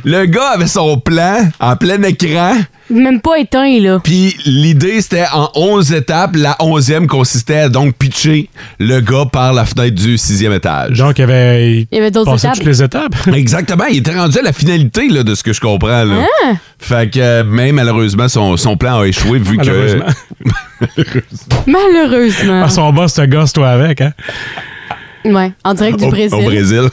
[SPEAKER 3] le gars avait son plan en plein écran.
[SPEAKER 4] Même pas éteint, là.
[SPEAKER 3] Puis l'idée, c'était en 11 étapes. La 11e consistait à donc pitcher le gars par la fenêtre du sixième étage.
[SPEAKER 5] Genre qu'il avait.
[SPEAKER 4] Il y avait d'autres
[SPEAKER 5] passé
[SPEAKER 4] étapes.
[SPEAKER 5] toutes les étapes.
[SPEAKER 3] Exactement, il était rendu à la finalité là, de ce que je comprends. Là.
[SPEAKER 4] Ah! Hein?
[SPEAKER 3] Fait que, euh, mais malheureusement, son, son plan a échoué vu que.
[SPEAKER 5] Malheureusement.
[SPEAKER 4] Malheureusement.
[SPEAKER 5] Ah, son boss te gosse, toi, avec, hein?
[SPEAKER 4] Ouais, en direct du
[SPEAKER 3] Au au
[SPEAKER 4] Brésil.
[SPEAKER 3] Brésil.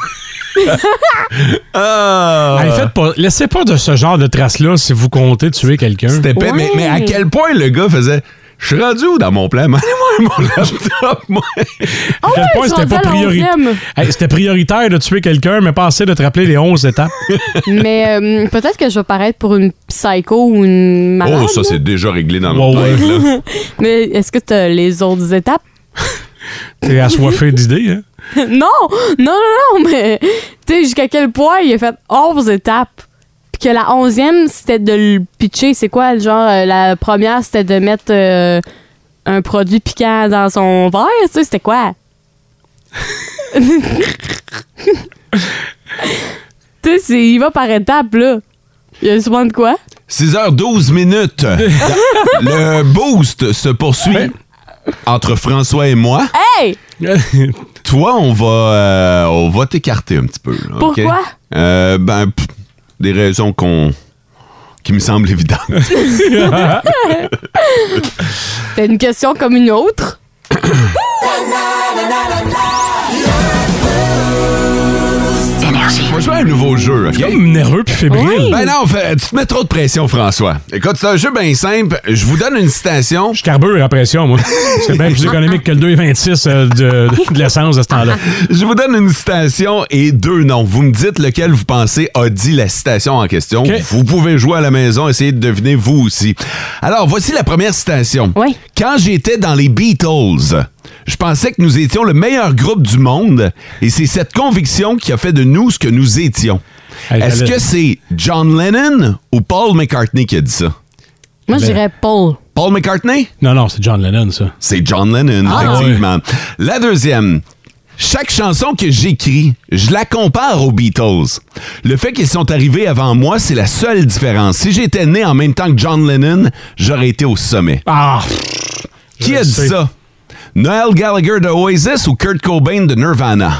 [SPEAKER 3] Ah!
[SPEAKER 5] Hey, faites pas, laissez pas de ce genre de traces-là si vous comptez tuer quelqu'un.
[SPEAKER 3] C'était épais, mais,
[SPEAKER 4] Ouais.
[SPEAKER 3] mais à quel point le gars faisait. Je suis rendu où dans mon plan? Mande-moi mon laptop, moi.
[SPEAKER 4] Ah
[SPEAKER 5] À
[SPEAKER 4] ouais,
[SPEAKER 5] quel point
[SPEAKER 4] je suis
[SPEAKER 5] c'était pas
[SPEAKER 4] rendue à
[SPEAKER 5] prioritaire.
[SPEAKER 4] 11e.
[SPEAKER 5] c'était prioritaire de tuer quelqu'un, mais pas assez de te rappeler les 11 étapes.
[SPEAKER 4] Mais euh, peut-être que je vais paraître pour une psycho ou une malade.
[SPEAKER 3] Oh, ça, c'est déjà réglé dans
[SPEAKER 5] Wow,
[SPEAKER 3] mon
[SPEAKER 5] ouais.
[SPEAKER 3] tête, là.
[SPEAKER 4] Mais est-ce que t'as les autres étapes?
[SPEAKER 5] T'es assoiffé d'idées, hein?
[SPEAKER 4] non! Non, non, non, mais tu sais, jusqu'à quel point il a fait 11 étapes? Puis que la onzième, c'était de le pitcher. C'est quoi, genre, euh, la première, c'était de mettre euh, un produit piquant dans son verre? Tu sais, c'était quoi? tu sais, c'est- il va par étapes, là. Il y a souvent de quoi?
[SPEAKER 3] 6h12 minutes. Le boost se poursuit entre François et moi.
[SPEAKER 4] Hey!
[SPEAKER 5] hein.
[SPEAKER 3] Toi, on va, euh, on va t'écarter un petit peu. là, ok?
[SPEAKER 4] Pourquoi?
[SPEAKER 3] Euh, ben, pff, des raisons qu'on qui me semblent évidentes.
[SPEAKER 4] C'était une question comme une autre.
[SPEAKER 3] On va jouer à un nouveau jeu. ok?
[SPEAKER 5] T'es comme nerveux puis fébrile.
[SPEAKER 3] Ben non, fait- tu te mets trop de pression, François. Écoute, c'est un jeu bien simple. Je vous donne une citation.
[SPEAKER 5] Je carbure à pression, moi. C'est bien plus économique que le 2,26 euh, de, de l'essence à ce temps-là.
[SPEAKER 3] Je vous donne une citation et deux noms. Vous me dites lequel vous pensez a dit la citation en question.
[SPEAKER 5] OK.
[SPEAKER 3] Vous pouvez jouer à la maison, essayer de deviner vous aussi. Alors, voici la première citation.
[SPEAKER 4] Oui.
[SPEAKER 3] Quand j'étais dans les Beatles, je pensais que nous étions le meilleur groupe du monde et c'est cette conviction qui a fait de nous ce que nous étions.
[SPEAKER 5] Hey,
[SPEAKER 3] Est-ce
[SPEAKER 5] j'allais-
[SPEAKER 3] que c'est John Lennon ou Paul McCartney qui a dit ça?
[SPEAKER 4] Moi, je
[SPEAKER 5] Ben-
[SPEAKER 4] dirais Paul.
[SPEAKER 3] Paul McCartney?
[SPEAKER 5] Non, non, c'est John Lennon, ça.
[SPEAKER 3] C'est John Lennon,
[SPEAKER 5] Ah,
[SPEAKER 3] effectivement. La deuxième. Chaque chanson que j'écris, je la compare aux Beatles. Le fait qu'ils sont arrivés avant moi, c'est la seule différence. Si j'étais né en même temps que John Lennon, j'aurais été au sommet.
[SPEAKER 5] Ah!
[SPEAKER 3] Qui
[SPEAKER 5] Je
[SPEAKER 3] a dit
[SPEAKER 5] sais.
[SPEAKER 3] ça? Noel Gallagher de Oasis ou Kurt Cobain de Nirvana?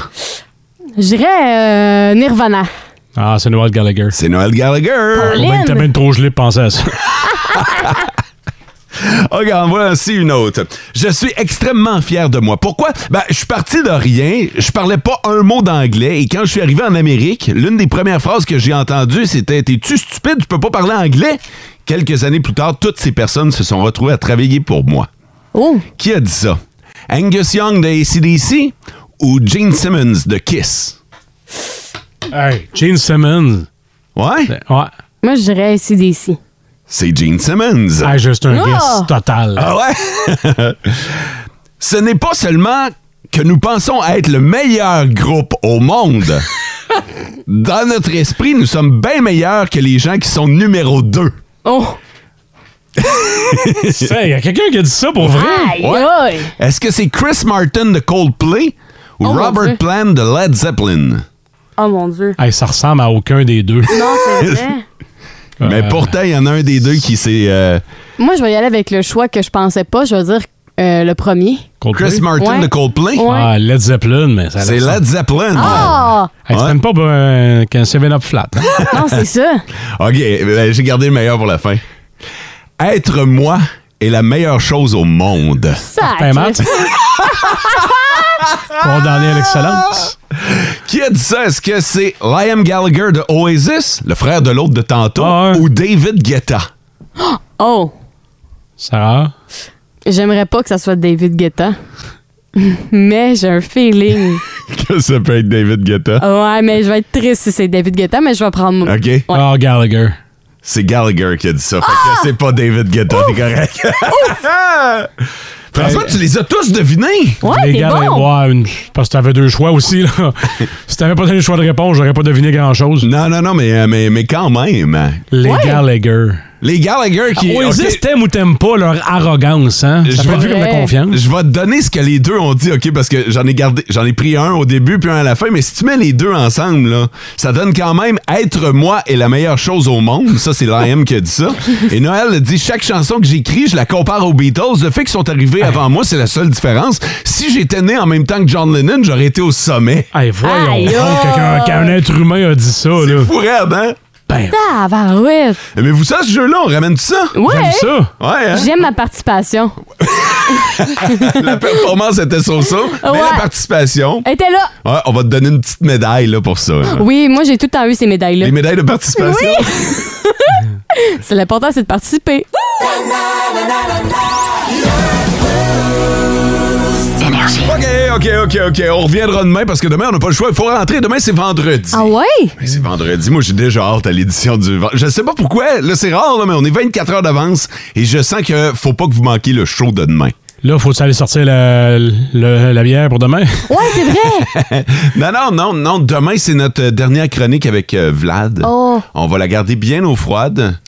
[SPEAKER 4] Je dirais euh, Nirvana.
[SPEAKER 5] Ah, c'est Noel Gallagher.
[SPEAKER 3] C'est Noel Gallagher.
[SPEAKER 5] Faut bien que t'as bien trop gelé de penser à ça.
[SPEAKER 3] Regarde, voici une autre. Je suis extrêmement fier de moi. Pourquoi? Ben, je suis parti de rien. Je parlais pas un mot d'anglais. Et quand je suis arrivé en Amérique, l'une des premières phrases que j'ai entendues, c'était T'es-tu stupide? Tu peux pas parler anglais? Quelques années plus tard, toutes ces personnes se sont retrouvées à travailler pour moi.
[SPEAKER 4] Oh!
[SPEAKER 3] Qui a dit ça? Angus Young de ACDC ou Gene Simmons de Kiss?
[SPEAKER 5] Hey, Gene Simmons.
[SPEAKER 3] Ouais?
[SPEAKER 5] Ouais.
[SPEAKER 4] Moi, je dirais ACDC.
[SPEAKER 3] C'est Gene Simmons.
[SPEAKER 5] Ah, juste un
[SPEAKER 4] Ah!
[SPEAKER 5] guess total.
[SPEAKER 3] Oh. Ah ouais? Ce n'est pas seulement que nous pensons être le meilleur groupe au monde. Dans notre esprit, nous sommes bien meilleurs que les gens qui sont numéro 2.
[SPEAKER 4] Oh!
[SPEAKER 5] Il y a quelqu'un qui a dit ça pour vrai.
[SPEAKER 4] Aïe,
[SPEAKER 3] Ouais.
[SPEAKER 4] aïe.
[SPEAKER 3] Est-ce que c'est Chris Martin de Coldplay
[SPEAKER 4] Oh,
[SPEAKER 3] ou
[SPEAKER 4] mon Dieu.
[SPEAKER 3] Robert Plant de Led Zeppelin?
[SPEAKER 4] Oh mon Dieu.
[SPEAKER 5] Hey, ça ressemble à aucun des deux.
[SPEAKER 4] Non, c'est vrai.
[SPEAKER 3] Mais pourtant, il y en a un des deux qui s'est. euh,
[SPEAKER 4] Moi, je vais y aller avec le choix que je pensais pas. Je vais dire euh, le premier.
[SPEAKER 3] Chris Martin
[SPEAKER 4] Ouais.
[SPEAKER 3] de Coldplay.
[SPEAKER 4] Ouais.
[SPEAKER 5] Ah, Led Zeppelin, mais ça
[SPEAKER 3] C'est Led Zeppelin.
[SPEAKER 4] Ah!
[SPEAKER 5] Hey, tu
[SPEAKER 3] Ouais.
[SPEAKER 5] prennes pas pour un qu'un 7-Up flat. hein?
[SPEAKER 4] Non, c'est ça.
[SPEAKER 3] OK, ben, j'ai gardé le meilleur pour la fin. Être moi est la meilleure chose au monde.
[SPEAKER 4] Ça.
[SPEAKER 5] Ben, Matt, condamné à l'excellence.
[SPEAKER 3] Qui a dit ça? Est-ce que c'est Liam Gallagher de Oasis, le frère de l'autre de tantôt,
[SPEAKER 5] Ah ouais.
[SPEAKER 3] ou David Guetta?
[SPEAKER 4] Oh!
[SPEAKER 5] Sarah,
[SPEAKER 4] J'aimerais pas que ça soit David Guetta. mais j'ai un feeling.
[SPEAKER 3] Que ça peut être David Guetta?
[SPEAKER 4] Ouais, mais je vais être triste si c'est David Guetta, mais je vais prendre.
[SPEAKER 3] OK?
[SPEAKER 5] oh, Gallagher.
[SPEAKER 3] C'est Gallagher qui a dit ça. Fait que c'est pas David Guetta, t'es correct. François, tu les as tous devinés!
[SPEAKER 4] Ouais,
[SPEAKER 5] les
[SPEAKER 4] t'es
[SPEAKER 5] gars, ben,
[SPEAKER 4] bon!
[SPEAKER 5] ouais, une- parce que t'avais deux choix aussi. Là. si t'avais pas donné le choix de réponse, j'aurais pas deviné grand-chose.
[SPEAKER 3] Non, non, non, mais, euh, mais, mais quand même. hein.
[SPEAKER 5] Les
[SPEAKER 4] Ouais.
[SPEAKER 5] Gallagher.
[SPEAKER 3] Les Gallagher qui.
[SPEAKER 5] Ah, Oasis,
[SPEAKER 3] OK,
[SPEAKER 5] t'aimes ou t'aimes pas leur arrogance, hein? Ça
[SPEAKER 3] Je
[SPEAKER 5] fait plus
[SPEAKER 4] vais-
[SPEAKER 5] comme la confiance.
[SPEAKER 3] Je vais te donner ce que les deux ont dit, OK? Parce que j'en ai gardé, j'en ai pris un au début puis un à la fin, mais si tu mets les deux ensemble, là, ça donne quand même être moi est la meilleure chose au monde. Ça, c'est Liam qui a dit ça. Et Noël dit chaque chanson que j'écris, je la compare aux Beatles. Le fait qu'ils sont arrivés avant moi, c'est la seule différence. Si j'étais né en même temps que John Lennon, j'aurais été au sommet.
[SPEAKER 5] Hey, voyons
[SPEAKER 4] Aïe,
[SPEAKER 5] donc,
[SPEAKER 4] aïe.
[SPEAKER 5] quelqu'un- qu'un être humain a dit ça,
[SPEAKER 3] C'est
[SPEAKER 5] là.
[SPEAKER 3] fou raide, hein?
[SPEAKER 5] Ben,
[SPEAKER 4] Ah, bah ouais!
[SPEAKER 3] Mais vous savez ce jeu-là, on ramène tout ça?
[SPEAKER 5] j'aime
[SPEAKER 4] Ouais!
[SPEAKER 5] ça.
[SPEAKER 3] Ouais, hein?
[SPEAKER 4] J'aime ma participation.
[SPEAKER 3] La performance était sur ça, mais
[SPEAKER 4] Ouais. Euh,
[SPEAKER 3] la participation.
[SPEAKER 4] Elle était là!
[SPEAKER 3] Ouais, on va te donner une petite médaille là, pour ça. hein.
[SPEAKER 4] Oui, moi j'ai tout le temps eu ces médailles-là.
[SPEAKER 3] Les médailles de participation.
[SPEAKER 4] C'est l'important, c'est de participer.
[SPEAKER 3] OK, OK, OK, OK. On reviendra demain parce que demain, on n'a pas le choix. Il faut rentrer. Demain, c'est vendredi.
[SPEAKER 4] Ah ouais?
[SPEAKER 3] Mais c'est vendredi. Moi, j'ai déjà hâte à l'édition du vendredi. Je sais pas pourquoi. Là, c'est rare, là, mais on est 24 heures d'avance et je sens que faut pas que vous manquiez le show de demain.
[SPEAKER 5] Là, faut-tu aller sortir la, le- la bière pour demain?
[SPEAKER 4] Ouais, c'est vrai!
[SPEAKER 3] Non, non, non, non. Demain, c'est notre dernière chronique avec euh, Vlad.
[SPEAKER 4] Oh.
[SPEAKER 3] On va la garder bien au froide.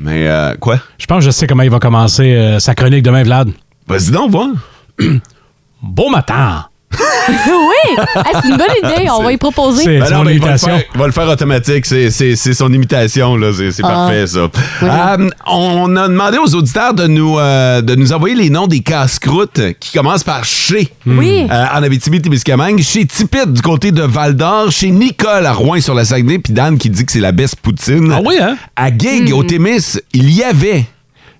[SPEAKER 3] Mais euh, quoi?
[SPEAKER 5] Je pense que je sais comment il va commencer euh, sa chronique demain, Vlad.
[SPEAKER 3] Vas-y donc, va.
[SPEAKER 5] Bon matin!
[SPEAKER 4] oui! Hey, c'est une bonne idée, on va y proposer.
[SPEAKER 5] C'est
[SPEAKER 3] Ben non,
[SPEAKER 5] son
[SPEAKER 3] mais il va le
[SPEAKER 5] imitation.
[SPEAKER 3] faire- il va le faire automatique. C'est- C'est c'est son imitation, là. C'est c'est parfait, ça. Euh, on a demandé aux auditeurs de nous, euh, de nous envoyer les noms des casse-croûtes qui commencent par chez.
[SPEAKER 4] Oui.
[SPEAKER 3] Euh, en Abitibi-Témiscamingue, chez Tipit du côté de Val-d'Or, chez Nicole à Rouen sur la Saguenay, puis Dan qui dit que c'est la best poutine.
[SPEAKER 5] Ah oui, hein?
[SPEAKER 3] À Gig, au Témis, il y avait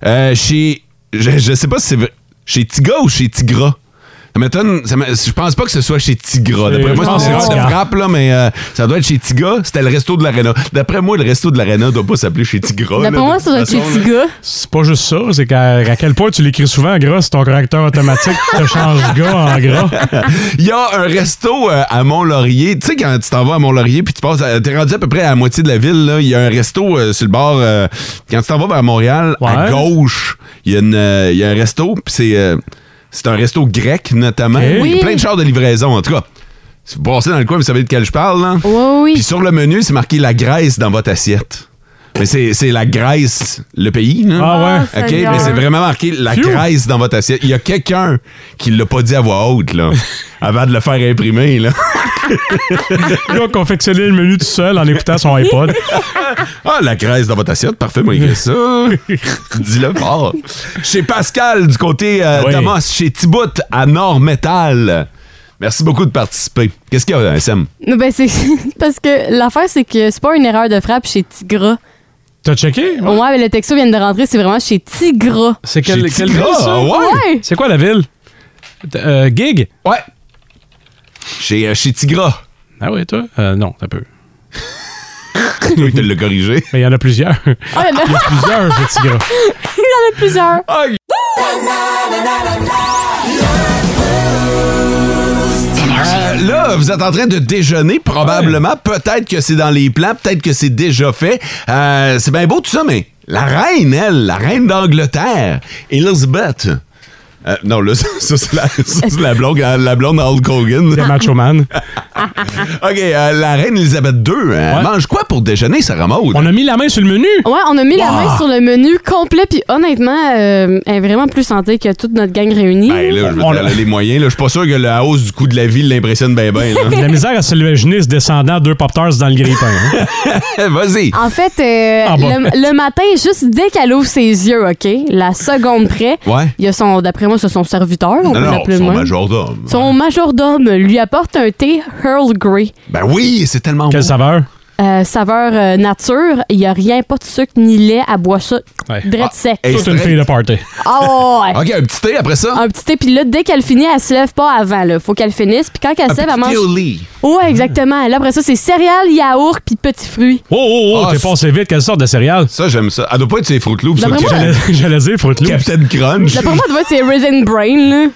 [SPEAKER 3] euh, chez. Je, je sais pas si c'est vrai. Chez Tiga ou chez Tigra? Ça m'étonne. ça m'a- Je pense pas que ce soit chez Tigra. Ah, D'après
[SPEAKER 5] Euh,
[SPEAKER 3] moi,
[SPEAKER 5] je pense
[SPEAKER 3] c'est une
[SPEAKER 5] que
[SPEAKER 3] erreur
[SPEAKER 5] c'est
[SPEAKER 3] de
[SPEAKER 5] Tigra.
[SPEAKER 3] frappe, là, mais euh, ça doit être chez Tiga. C'était le resto de l'Arena. D'après moi, le resto de l'Arena doit pas s'appeler chez Tigra. là,
[SPEAKER 4] D'après
[SPEAKER 3] de
[SPEAKER 4] moi,
[SPEAKER 3] toute
[SPEAKER 4] ça doit être chez
[SPEAKER 3] façon, là.
[SPEAKER 4] Tiga.
[SPEAKER 5] C'est pas juste ça, c'est qu'à à quel point tu l'écris souvent en gras, c'est ton correcteur automatique qui te change gars en gras.
[SPEAKER 3] Il y a un resto euh, à Mont-Laurier. Tu sais, quand tu t'en vas à Mont-Laurier, puis tu passes, à- t'es rendu à peu près à la moitié de la ville, là. Il y a un resto euh, sur le bord. euh, quand tu t'en vas vers Montréal, à
[SPEAKER 5] Ouais.
[SPEAKER 3] gauche, il y, a une, euh, il y a un resto, puis c'est. euh, c'est un resto grec, notamment.
[SPEAKER 5] Ok.
[SPEAKER 3] Il y
[SPEAKER 4] Oui.
[SPEAKER 3] a plein de chars de livraison, en tout cas. Si vous passez dans le coin, vous savez de quel je parle, là.
[SPEAKER 4] Oui,
[SPEAKER 3] Puis
[SPEAKER 4] oui.
[SPEAKER 3] sur le menu, c'est marqué la Grèce dans votre assiette. Mais c'est c'est la Grèce, le pays, là.
[SPEAKER 5] Ah ouais.
[SPEAKER 3] OK,
[SPEAKER 4] Seigneur.
[SPEAKER 3] mais c'est vraiment marqué la
[SPEAKER 5] Phew.
[SPEAKER 3] graisse dans votre assiette. Il y a quelqu'un qui l'a pas dit à voix haute, là, avant de le faire imprimer, là.
[SPEAKER 5] Il a confectionné le menu tout seul en écoutant son iPod.
[SPEAKER 3] Ah, la graisse dans votre assiette, parfait, moi, il y a ça. Dis-le fort. Chez Pascal, du côté euh,
[SPEAKER 5] Oui.
[SPEAKER 3] Damas, chez Thibaut, à Nord Metal. Merci beaucoup de participer. Qu'est-ce qu'il y a, SM?
[SPEAKER 4] Non, Ben, c'est parce que l'affaire, c'est que c'est pas une erreur de frappe chez Tigra.
[SPEAKER 5] T'as checké?
[SPEAKER 4] Au moins, le texto vient de rentrer, c'est vraiment chez Tigra.
[SPEAKER 5] C'est
[SPEAKER 3] Chez
[SPEAKER 5] quel, quel
[SPEAKER 3] Tigra,
[SPEAKER 5] ville, ça?
[SPEAKER 3] ah ouais?
[SPEAKER 4] Ouais.
[SPEAKER 5] C'est quoi la ville? Euh, gig?
[SPEAKER 3] Ouais. Chez, euh, chez Tigra.
[SPEAKER 5] Ah oui, toi? Euh, non, un peu.
[SPEAKER 3] Toi, tu l'as corrigé.
[SPEAKER 5] Mais il y en a plusieurs.
[SPEAKER 4] Oh, il y en a-
[SPEAKER 5] Il y a plusieurs petits gras.
[SPEAKER 4] il y en a plusieurs.
[SPEAKER 3] Euh, là, vous êtes en train de déjeuner, probablement. Peut-être que c'est dans les plans, peut-être que c'est déjà fait. Euh, c'est bien beau tout ça, mais la reine, elle, la reine d'Angleterre, Elizabeth, Euh, non, là, ça, ça, c'est la, ça, c'est la blonde, euh, la blonde à Hulk Hogan.
[SPEAKER 5] Le Macho Man.
[SPEAKER 3] OK, euh, la reine Elisabeth II, euh, elle mange quoi pour déjeuner, Sarah Maud?
[SPEAKER 5] On a mis la main sur le menu.
[SPEAKER 4] Ouais, on a mis la
[SPEAKER 3] Wow.
[SPEAKER 4] main sur le menu complet, puis honnêtement, euh, elle est vraiment plus santé que toute notre gang réunie.
[SPEAKER 3] Ben, là, je veux
[SPEAKER 5] On
[SPEAKER 3] dire,
[SPEAKER 5] l'a-
[SPEAKER 3] elle a les moyens. là. Je suis pas sûr que la hausse du coût de la ville l'impressionne bien, bien.
[SPEAKER 5] De la misère à se l'imaginer se descendant deux pop-tarts dans le grille-pain. hein.
[SPEAKER 3] Vas-y.
[SPEAKER 4] En fait, euh,
[SPEAKER 5] Ah bon?
[SPEAKER 4] le, le matin, juste dès qu'elle ouvre ses yeux, OK, la seconde près,
[SPEAKER 3] Ouais.
[SPEAKER 4] il y a son, d'après moi, c'est son serviteur, on peut
[SPEAKER 3] Non, non,
[SPEAKER 4] l'appeler de
[SPEAKER 3] son
[SPEAKER 4] même.
[SPEAKER 3] majordome.
[SPEAKER 4] Son majordome lui apporte un thé Earl Grey,
[SPEAKER 3] Ben oui, c'est tellement
[SPEAKER 5] Quelle
[SPEAKER 3] bon.
[SPEAKER 5] saveur.
[SPEAKER 4] Euh, saveur euh, nature, il y a rien, pas de sucre ni lait, à boire ça
[SPEAKER 5] Ouais.
[SPEAKER 4] drette sec.
[SPEAKER 3] Ah, hey.
[SPEAKER 5] Toute une fille de party.
[SPEAKER 4] Ah ouais.
[SPEAKER 3] OK, un petit thé après ça?
[SPEAKER 4] Un petit thé, puis là, dès qu'elle finit, elle se lève pas avant, là. Faut qu'elle finisse, puis quand elle se lève, elle mange...
[SPEAKER 3] petit au lit.
[SPEAKER 4] Ouais, exactement. Là, après ça, c'est céréales, yaourt, puis petits fruits.
[SPEAKER 5] Oh, oh, oh,
[SPEAKER 3] Ah,
[SPEAKER 5] t'es
[SPEAKER 3] c'est-
[SPEAKER 5] passé vite. Quelle sorte de céréales?
[SPEAKER 3] Ça, j'aime ça. Elle doit pas être ses Fruit Loops.
[SPEAKER 4] D'après
[SPEAKER 3] ça,
[SPEAKER 4] moi,
[SPEAKER 3] Cap-
[SPEAKER 5] J'allais j'allais dire Fruit Loops.
[SPEAKER 3] Captain Crunch.
[SPEAKER 4] D'après moi, tu vois, c'est Raisin Brain, là.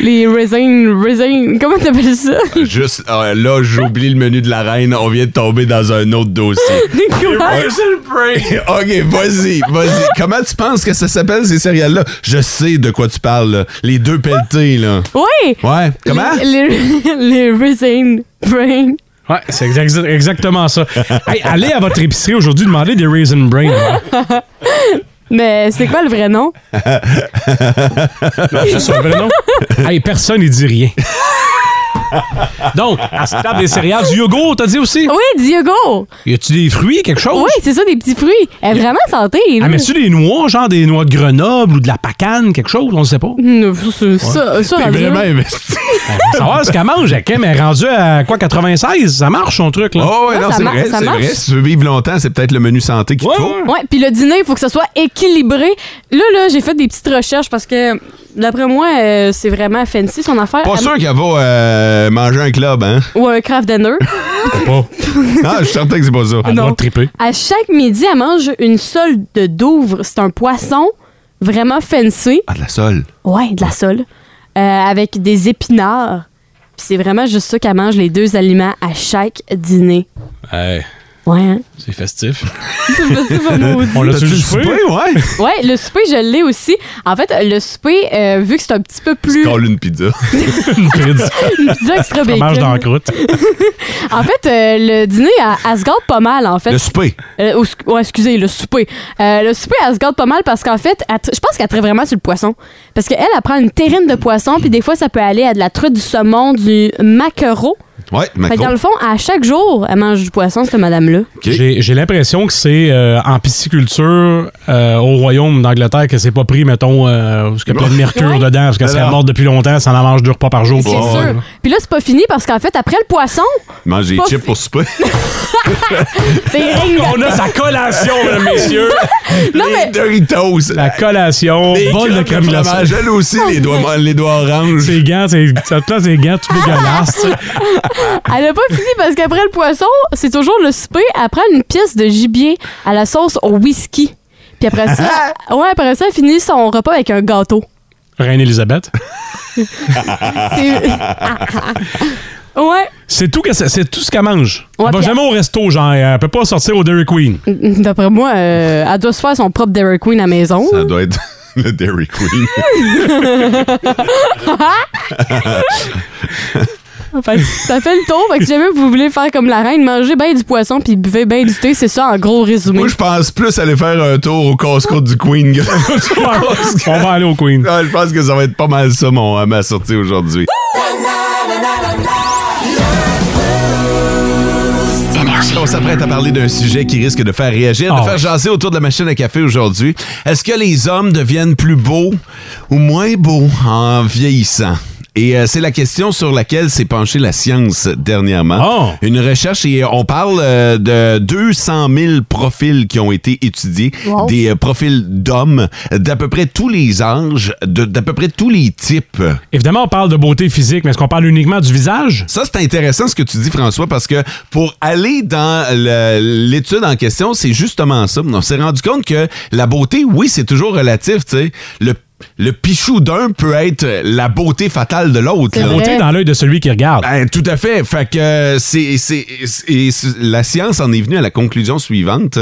[SPEAKER 4] Les raisins, raisins, comment t'appelles ça?
[SPEAKER 3] Juste, euh, là, j'oublie le menu de la reine. On vient de tomber dans un autre dossier.
[SPEAKER 4] Quoi?
[SPEAKER 3] OK, vas-y, vas-y. Comment tu penses que ça s'appelle, ces céréales-là? Je sais de quoi tu parles, là. Les deux pelletés, là.
[SPEAKER 4] Oui!
[SPEAKER 3] Ouais, comment?
[SPEAKER 4] Les, les, les Raisin Brain.
[SPEAKER 5] Ouais, c'est exa- exactement ça. Hey, allez à votre épicerie aujourd'hui, demandez des Raisin Brain. hein.
[SPEAKER 4] Mais c'est quoi le vrai nom?
[SPEAKER 5] C'est son vrai nom? Hey, personne n'y dit rien. Donc, à cette table des céréales, du yogourt, t'as dit aussi?
[SPEAKER 4] Oui, Diogo!
[SPEAKER 5] Y a-tu des fruits, quelque chose?
[SPEAKER 4] Oui, c'est ça, des petits fruits. Elle est vraiment santé, là.
[SPEAKER 5] Ah, mais tu des noix, genre des noix de Grenoble ou de la pacane, quelque chose, on ne sait pas.
[SPEAKER 4] Hum, ça, ça, ça,
[SPEAKER 3] T'es
[SPEAKER 4] rendu là.
[SPEAKER 3] vraiment investi.
[SPEAKER 5] Ça va ce qu'elle mange, elle, Kim, elle est rendue à quoi, 96? Ça marche son truc, là?
[SPEAKER 3] Oh, ouais,
[SPEAKER 4] Ouais,
[SPEAKER 3] non,
[SPEAKER 4] ça
[SPEAKER 3] c'est
[SPEAKER 4] mar-
[SPEAKER 3] vrai,
[SPEAKER 4] ça
[SPEAKER 3] c'est
[SPEAKER 4] marche.
[SPEAKER 3] vrai. Si tu veux vivre longtemps, c'est peut-être le menu santé qu'il te
[SPEAKER 5] Ouais,
[SPEAKER 3] faut.
[SPEAKER 5] ouais.
[SPEAKER 4] Ouais, puis le dîner, il faut que ça soit équilibré. Là, là, j'ai fait des petites recherches parce que, d'après moi, euh, c'est vraiment fancy son affaire.
[SPEAKER 3] Pas
[SPEAKER 4] Elle-
[SPEAKER 3] sûr qu'elle va euh, manger un club, hein?
[SPEAKER 4] Ou un craft dinner.
[SPEAKER 5] Pas.
[SPEAKER 3] Non, je suis certain que c'est pas ça.
[SPEAKER 5] Elle doit
[SPEAKER 4] Non.
[SPEAKER 5] triper.
[SPEAKER 4] à chaque midi, elle mange une sole de Douvres. C'est un poisson vraiment fancy.
[SPEAKER 3] Ah, de la sole.
[SPEAKER 4] Ouais, de la sole. Euh, avec des épinards. Puis c'est vraiment juste ça qu'elle mange, les deux aliments, à chaque dîner.
[SPEAKER 5] Hey,
[SPEAKER 4] Ouais, hein?
[SPEAKER 5] c'est festif.
[SPEAKER 4] C'est pas- c'est pas maudit.
[SPEAKER 5] On l'a-tu
[SPEAKER 3] T'as-tu
[SPEAKER 5] le
[SPEAKER 3] le
[SPEAKER 5] souper?
[SPEAKER 3] souper, ouais?
[SPEAKER 4] Ouais, le souper, je l'ai aussi. En fait, le souper, euh, vu que c'est un petit peu plus...
[SPEAKER 3] Colle une pizza.
[SPEAKER 5] Une prise.
[SPEAKER 4] une pizza extra
[SPEAKER 5] Fromage
[SPEAKER 4] bacon.
[SPEAKER 5] dans la croûte.
[SPEAKER 4] En fait, euh, le dîner, elle, elle se garde pas mal, en fait.
[SPEAKER 3] Le souper.
[SPEAKER 4] Euh, au sc- ouais, excusez, le souper. Euh, le souper, elle se garde pas mal parce qu'en fait, elle tr- je pense qu'elle traite vraiment sur le poisson. Parce qu'elle, elle prend une terrine de poisson, puis des fois, ça peut aller à de la truite, du saumon, du maquereau.
[SPEAKER 3] Ouais,
[SPEAKER 4] Fait que
[SPEAKER 3] Macron.
[SPEAKER 4] Ben, dans le fond, à chaque jour, elle mange du poisson, cette madame-là.
[SPEAKER 3] Ok.
[SPEAKER 5] J'ai j'ai l'impression que c'est euh, en pisciculture euh, au Royaume d'Angleterre que c'est pas pris, mettons, euh, ce qu'on appelle de mercure
[SPEAKER 4] Ouais.
[SPEAKER 5] dedans, parce que
[SPEAKER 3] Non,
[SPEAKER 5] c'est la
[SPEAKER 3] non.
[SPEAKER 5] morte depuis longtemps, ça en mange deux repas par jour.
[SPEAKER 4] C'est hein.
[SPEAKER 5] Ouais,
[SPEAKER 4] sûr.
[SPEAKER 5] ouais.
[SPEAKER 4] Puis là, c'est pas fini parce qu'en fait, après le poisson,
[SPEAKER 3] Mange des
[SPEAKER 4] pas
[SPEAKER 3] chips
[SPEAKER 4] fi-
[SPEAKER 3] pour souper.
[SPEAKER 4] des rings.
[SPEAKER 5] On a sa collation, mesdames, messieurs.
[SPEAKER 4] Non, mais.
[SPEAKER 3] Des Doritos.
[SPEAKER 5] La collation,
[SPEAKER 3] Des
[SPEAKER 5] bol de
[SPEAKER 3] crêpes
[SPEAKER 5] crème glacée.
[SPEAKER 3] fromage. Elle aussi, les doigts, les doigts oranges.
[SPEAKER 5] Ses gants, ses- ça te place des gants tout dégueulasses. tu sais.
[SPEAKER 4] Elle a pas fini parce qu'après le poisson, c'est toujours le souper. Elle prend une pièce de gibier à la sauce au whisky. Puis après ça, ouais, après ça, elle finit son repas avec un gâteau.
[SPEAKER 5] Reine Elisabeth.
[SPEAKER 4] C'est- ouais,
[SPEAKER 5] C'est tout, que- c'est tout ce qu'elle mange.
[SPEAKER 4] Ouais,
[SPEAKER 5] elle va
[SPEAKER 4] puis
[SPEAKER 5] jamais au resto, genre, elle peut pas sortir au Dairy Queen.
[SPEAKER 4] d'après moi, euh, elle doit se faire son propre Dairy Queen à la maison.
[SPEAKER 3] Ça doit être le Dairy Queen.
[SPEAKER 4] Fait que ça fait le tour. Fait que si jamais vous voulez faire comme la reine, mangez bien du poisson puis buvez bien du thé, c'est ça en gros résumé.
[SPEAKER 3] Moi, je pense plus aller faire un tour au casse-croûte du Queen. que-
[SPEAKER 5] On va aller au Queen.
[SPEAKER 3] Ah, je pense que ça va être pas mal ça, mon, ma sortie aujourd'hui. On s'apprête à parler d'un sujet qui risque de faire réagir, de
[SPEAKER 5] Ah
[SPEAKER 3] faire
[SPEAKER 5] oui.
[SPEAKER 3] jaser autour de la machine à café aujourd'hui. Est-ce que les hommes deviennent plus beaux ou moins beaux en vieillissant? Et euh, c'est la question sur laquelle s'est penchée la science dernièrement.
[SPEAKER 5] Oh.
[SPEAKER 3] Ah. Une recherche, et on parle euh, de 200 000 profils qui ont été étudiés,
[SPEAKER 4] Wow.
[SPEAKER 3] des euh, profils d'hommes d'à peu près tous les âges, de- d'à peu près tous les types.
[SPEAKER 5] Évidemment, on parle de beauté physique, mais est-ce qu'on parle uniquement du visage?
[SPEAKER 3] Ça, c'est intéressant ce que tu dis, François, parce que pour aller dans le- l'étude en question, c'est justement ça. On s'est rendu compte que la beauté, oui, c'est toujours relatif, tu sais. Le, le pichou d'un peut être la beauté fatale de l'autre.
[SPEAKER 4] C'est
[SPEAKER 3] là.
[SPEAKER 4] vrai.
[SPEAKER 5] Beauté dans l'œil de celui qui regarde.
[SPEAKER 3] Ben, tout à fait. Fait que euh, c'est, c'est, c'est- et c'est- la science en est venue à la conclusion suivante.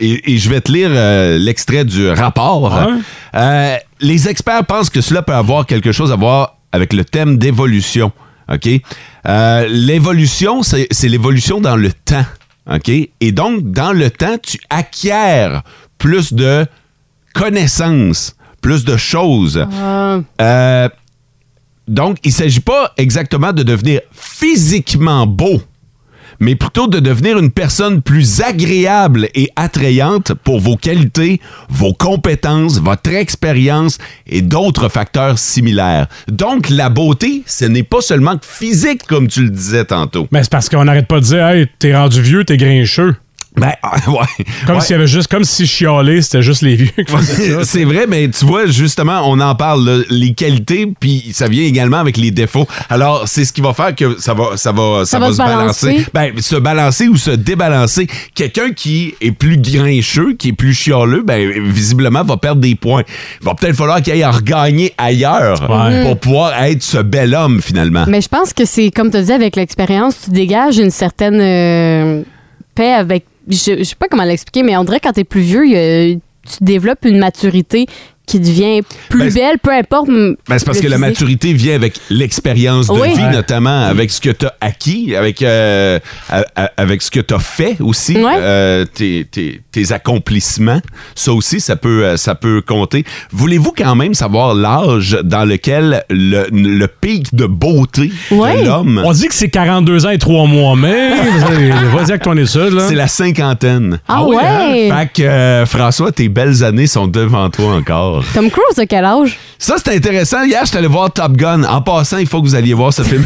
[SPEAKER 3] Et, et je vais te lire euh, l'extrait du euh, rapport.
[SPEAKER 5] Ouais.
[SPEAKER 3] Euh, les experts pensent que cela peut avoir quelque chose à voir avec le thème d'évolution. OK? Euh, l'évolution, c'est c'est l'évolution dans le temps. OK? Et donc, dans le temps, tu acquiers plus de connaissances, plus de choses. Euh, donc, il ne s'agit pas exactement de devenir physiquement beau, mais plutôt de devenir une personne plus agréable et attrayante pour vos qualités, vos compétences, votre expérience et d'autres facteurs similaires. Donc, la beauté, ce n'est pas seulement physique, comme tu le disais tantôt.
[SPEAKER 5] Mais c'est parce qu'on n'arrête pas de dire, hey, t'es rendu vieux, t'es grincheux.
[SPEAKER 3] Ben, ouais.
[SPEAKER 5] Comme
[SPEAKER 3] Ouais.
[SPEAKER 5] s'il y avait juste, comme si chialer, c'était juste les vieux qui faisaient ça.
[SPEAKER 3] C'est vrai, mais tu vois, justement, on en parle, là, les qualités, puis ça vient également avec les défauts. Alors, c'est ce qui va faire que ça va, ça va,
[SPEAKER 4] Ça va se balancer.
[SPEAKER 3] Ben, se balancer ou se débalancer. Quelqu'un qui est plus grincheux, qui est plus chialeux, ben, visiblement, va perdre des points. Il va peut-être falloir qu'il aille en regagner ailleurs
[SPEAKER 4] Ouais.
[SPEAKER 3] pour pouvoir être ce bel homme, finalement.
[SPEAKER 4] Mais je pense que c'est, comme tu dis, avec l'expérience, tu dégages une certaine euh, paix avec. Je, je sais pas comment l'expliquer, mais on dirait que quand t'es plus vieux, il y a- tu développes une maturité qui devient plus
[SPEAKER 3] Ben,
[SPEAKER 4] belle, peu importe. Ben,
[SPEAKER 3] Ben, c'est parce que la maturité vient avec l'expérience de
[SPEAKER 4] Oui.
[SPEAKER 3] vie,
[SPEAKER 4] Ouais.
[SPEAKER 3] notamment avec ce que tu as acquis, avec, euh, a- a- avec ce que tu as fait aussi, euh, tes, tes- tes accomplissements. Ça aussi, ça peut, euh, ça peut compter. Voulez-vous quand même savoir l'âge dans lequel le, le pic de beauté de l'homme...
[SPEAKER 5] On dit que c'est 42 ans et 3 mois, mais vas-y avec ton étude, là.
[SPEAKER 3] C'est la cinquantaine.
[SPEAKER 4] Ah Ah oui, ouais? hein?
[SPEAKER 3] Fait que, euh, François, tes belles années sont devant toi encore.
[SPEAKER 4] Tom Cruise, à quel âge?
[SPEAKER 3] Ça, c'est intéressant. Hier, je suis allé voir Top Gun. En passant, il faut que vous alliez voir ce film.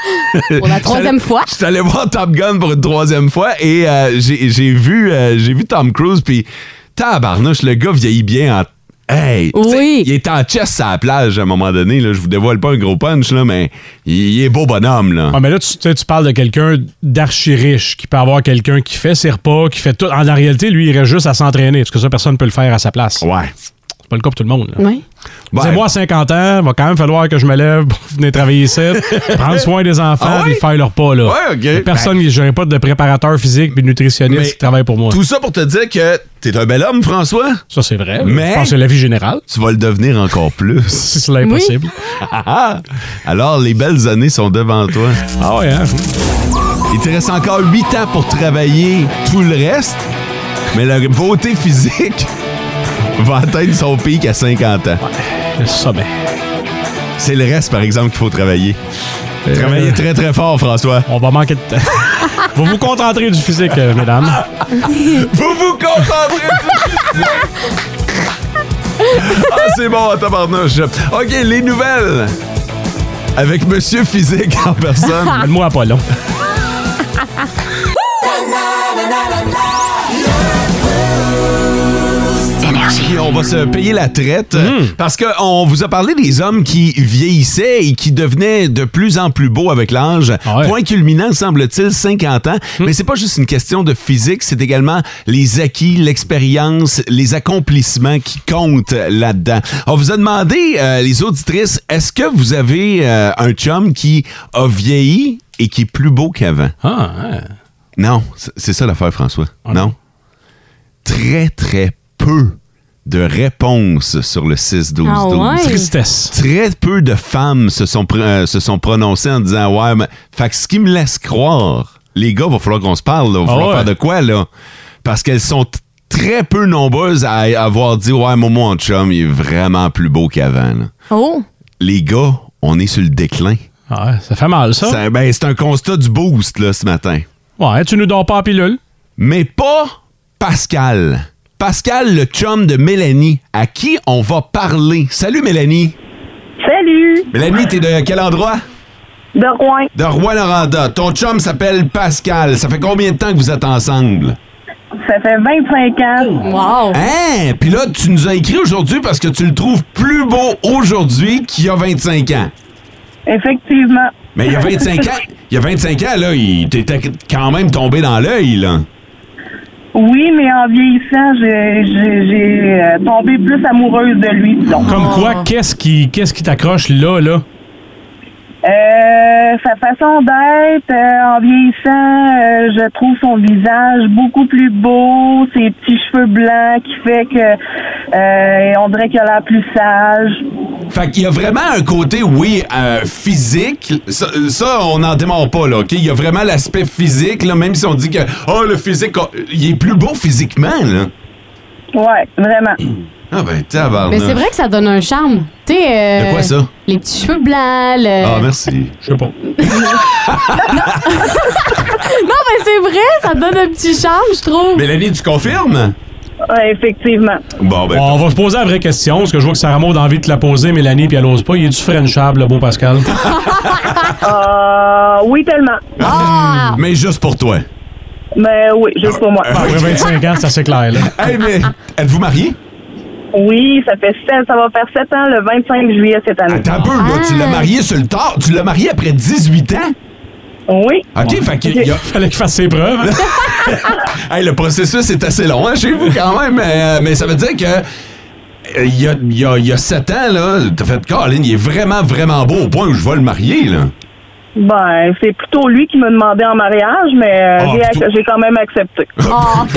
[SPEAKER 4] Pour la troisième fois?
[SPEAKER 3] Je suis allé voir Top Gun pour une troisième fois et euh, j'ai j'ai vu, euh, j'ai vu Tom Cruise, puis tabarnouche, le gars vieillit bien en... Hey! tu sais, Il est en chess à la plage à un moment donné. Là, je vous dévoile pas un gros punch, là, mais il, il est beau bonhomme. Là.
[SPEAKER 5] Ah, mais là, tu, tu sais, tu parles de quelqu'un d'archi-riche qui peut avoir quelqu'un qui fait ses repas, qui fait tout. En la réalité, lui, il reste juste à s'entraîner, parce que ça, personne ne peut le faire à sa place.
[SPEAKER 3] Ouais.
[SPEAKER 5] C'est pas le cas pour tout le monde. là.
[SPEAKER 4] Oui.
[SPEAKER 5] Tu sais, moi, à 50 ans, va quand même falloir que je me lève pour venir travailler ici, prendre soin des enfants
[SPEAKER 3] Ah
[SPEAKER 5] et
[SPEAKER 3] ouais?
[SPEAKER 5] faire leur pas. Là.
[SPEAKER 3] Ouais, ok. Ben-
[SPEAKER 5] Y a Personne, qui- j'aurais pas de préparateur physique puis de nutritionniste
[SPEAKER 3] Mais
[SPEAKER 5] qui travaille pour moi.
[SPEAKER 3] Tout ça pour te dire que t'es un bel homme, François.
[SPEAKER 5] Ça, c'est vrai.
[SPEAKER 3] Mais-
[SPEAKER 5] Je pense que c'est la vie générale.
[SPEAKER 3] Tu vas le devenir encore plus. Ah!
[SPEAKER 5] Si cela est
[SPEAKER 4] Oui.
[SPEAKER 5] possible.
[SPEAKER 3] Alors, les belles années sont devant toi.
[SPEAKER 5] Ah ouais, hein?
[SPEAKER 3] Il te reste encore 8 ans pour travailler tout le reste, mais la beauté physique va atteindre son pic à 50 ans.
[SPEAKER 5] Le sommet.
[SPEAKER 3] C'est le reste, par exemple, qu'il faut travailler. Travailler très, très fort, François.
[SPEAKER 5] On va manquer de temps. vous vous concentrer du physique, euh, mesdames.
[SPEAKER 3] Vous vous concentrez Ah, c'est bon, tabarnouche. OK, les nouvelles. Avec Monsieur Physique en personne.
[SPEAKER 5] Donne-moi pas long.
[SPEAKER 3] Puis on va se payer la traite
[SPEAKER 5] Mm.
[SPEAKER 3] euh, parce qu'on vous a parlé des hommes qui vieillissaient et qui devenaient de plus en plus beaux avec l'âge.
[SPEAKER 5] Ah ouais. Mm.
[SPEAKER 3] Point culminant, semble-t-il, 50 ans. Mais c'est pas juste une question de physique, c'est également les acquis, l'expérience, les accomplissements qui comptent là-dedans. On vous a demandé, euh, les auditrices, est-ce que vous avez euh, un chum qui a vieilli et qui est plus beau qu'avant?
[SPEAKER 5] Ah, hein.
[SPEAKER 3] Non, c- c'est ça l'affaire, François.
[SPEAKER 5] Ah
[SPEAKER 3] non. Très, très peu de réponses sur le 6-12-12.
[SPEAKER 4] Ah ouais?
[SPEAKER 5] Tristesse.
[SPEAKER 3] Très peu de femmes se sont, pr- euh, se sont prononcées en disant Ouais, mais. Fait que ce qui me laisse croire, les gars, va falloir qu'on se parle, là. va
[SPEAKER 5] Ah
[SPEAKER 3] falloir
[SPEAKER 5] ouais.
[SPEAKER 3] faire de quoi, là. Parce qu'elles sont t- très peu nombreuses à avoir dit Ouais, mon mon chum, il est vraiment plus beau qu'avant. là.
[SPEAKER 4] Oh!
[SPEAKER 3] Les gars, on est sur le déclin.
[SPEAKER 5] Ah, ouais, ça fait mal, ça.
[SPEAKER 3] Ça- ben, c'est un constat du boost, là, ce matin.
[SPEAKER 5] Ouais, tu nous dors pas en pilule.
[SPEAKER 3] mais pas Pascal. Pascal, le chum de Mélanie, à qui on va parler. Salut Mélanie.
[SPEAKER 11] Salut,
[SPEAKER 3] Mélanie, t'es de quel endroit?
[SPEAKER 11] de Rouen.
[SPEAKER 3] De Rouen-Noranda. Ton chum s'appelle Pascal. Ça fait combien de temps que vous êtes ensemble?
[SPEAKER 11] Ça fait 25 ans.
[SPEAKER 4] Wow!
[SPEAKER 3] Hein? Puis là, tu nous as écrit aujourd'hui parce que tu le trouves plus beau aujourd'hui qu'il y a 25 ans.
[SPEAKER 11] Effectivement.
[SPEAKER 3] Mais il y a 25 ans, il y a 25 ans, là, il t'était quand même tombé dans l'œil, là.
[SPEAKER 11] Oui, mais en vieillissant, j'ai- j'ai j'ai, euh, tombé plus amoureuse de lui, disons.
[SPEAKER 5] Comme quoi, qu'est-ce qui qu'est-ce qui t'accroche là, là?
[SPEAKER 11] Euh, euh, sa façon d'être. euh, en vieillissant, euh, je trouve son visage beaucoup plus beau, ses petits cheveux blancs qui fait que euh, on dirait qu'il a l'air plus sage.
[SPEAKER 3] Fait qu'il y a vraiment un côté, oui, euh, physique. Ça, ça, on n'en démarre pas, là, OK? Il y a vraiment l'aspect physique, là, même si on dit que, oh, le physique, oh, il est plus beau physiquement, là.
[SPEAKER 11] Ouais, vraiment.
[SPEAKER 3] Ah, ben, tabarnak.
[SPEAKER 4] Mais c'est vrai que ça donne un charme. Tu sais, euh,
[SPEAKER 3] De quoi, ça?
[SPEAKER 4] Les petits cheveux blancs. le-
[SPEAKER 3] Ah, merci. Je sais pas.
[SPEAKER 4] non, mais c'est vrai, ça donne un petit charme, je trouve.
[SPEAKER 3] Mélanie, tu confirmes?
[SPEAKER 11] Ouais, effectivement.
[SPEAKER 3] Bon, ben.
[SPEAKER 5] on va se poser la vraie question, parce que je vois que Sarah Maud a envie de te la poser, Mélanie, puis elle n'ose pas. Il est du Frenchable, le beau Pascal.
[SPEAKER 11] Euh, oui, tellement.
[SPEAKER 4] Ah.
[SPEAKER 3] Mais juste pour toi.
[SPEAKER 11] Mais oui, juste pour moi.
[SPEAKER 5] Après 25 ans, ça c'est clair, là.
[SPEAKER 3] Hey, mais
[SPEAKER 4] Ah,
[SPEAKER 3] êtes-vous mariés?
[SPEAKER 2] Ah.
[SPEAKER 11] Oui, ça fait sept, ça va faire 7 ans le 25 juillet cette année.
[SPEAKER 3] Attends un peu, là, tu l'as
[SPEAKER 4] Ah.
[SPEAKER 3] marié sur le tard. Tu l'as marié après 18 ans?
[SPEAKER 11] Oui.
[SPEAKER 3] OK, fait qu'il y a-
[SPEAKER 5] Fallait qu'il fasse ses preuves. hein.
[SPEAKER 3] Hey, le processus est assez long hein, chez vous quand même, euh, mais ça veut dire que euh, il y, a, il y a- il y a sept ans, là, t'as fait Colin, il est vraiment, vraiment beau au point où je vais le marier, là.
[SPEAKER 11] Ben, c'est plutôt lui qui m'a demandé en mariage, mais euh,
[SPEAKER 3] Ah,
[SPEAKER 11] j'ai,
[SPEAKER 3] plutôt-
[SPEAKER 11] ac- j'ai quand même accepté.
[SPEAKER 4] Oh,
[SPEAKER 3] J'ai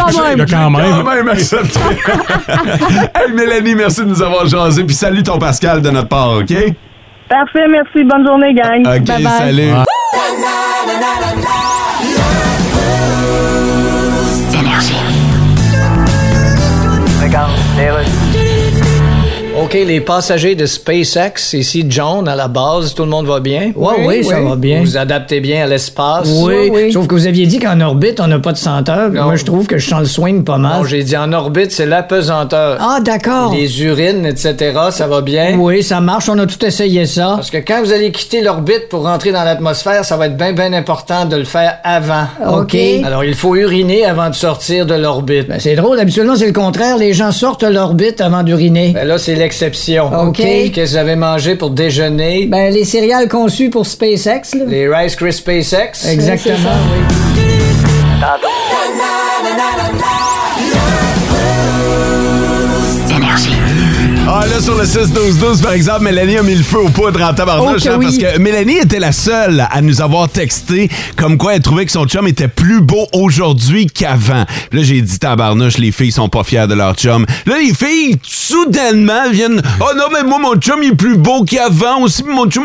[SPEAKER 3] Quand même hein, accepté. hey, Mélanie, merci de nous avoir jasé, puis salut ton Pascal de notre part, OK?
[SPEAKER 11] Parfait, merci. Bonne journée, gang.
[SPEAKER 3] OK, salut.
[SPEAKER 2] OK, les passagers de SpaceX, ici John à la base, tout le monde va bien?
[SPEAKER 7] Ouais, oui, ça va bien.
[SPEAKER 2] Vous vous adaptez bien à l'espace?
[SPEAKER 7] Oui, sauf que vous aviez dit qu'en orbite, on n'a pas de senteur. Moi, je trouve que je sens le swing pas mal.
[SPEAKER 2] Non, j'ai dit en orbite, c'est l'apesanteur.
[SPEAKER 7] Ah, d'accord.
[SPEAKER 2] Les urines, etc., ça va bien?
[SPEAKER 7] Oui, ça marche, on a tout essayé ça.
[SPEAKER 2] Parce que quand vous allez quitter l'orbite pour rentrer dans l'atmosphère, ça va être bien, bien important de le faire avant.
[SPEAKER 7] OK.
[SPEAKER 2] Alors, il faut uriner avant de sortir de l'orbite.
[SPEAKER 7] Ben, c'est drôle, habituellement, c'est le contraire. Les gens sortent de l'orbite avant d'uriner.
[SPEAKER 2] Ben là, c'est l'exception.
[SPEAKER 7] OK.
[SPEAKER 2] Qu'est-ce que vous avez mangé pour déjeuner?
[SPEAKER 7] Ben, les céréales conçues pour SpaceX, là.
[SPEAKER 2] Les Rice Krispies Sex?
[SPEAKER 7] Exactement.
[SPEAKER 3] Ah, là, sur le 6-12-12, par exemple, Mélanie a mis le feu aux poudres en tabarnouche.
[SPEAKER 10] Oh que
[SPEAKER 3] hein, Parce
[SPEAKER 10] oui.
[SPEAKER 3] que Mélanie était la seule à nous avoir texté comme quoi elle trouvait que son chum était plus beau aujourd'hui qu'avant. Là, j'ai dit tabarnouche, les filles sont pas fières de leur chum. Là, les filles, soudainement, viennent « Oh non, mais moi, mon chum, il est plus beau qu'avant aussi. Mon chum... »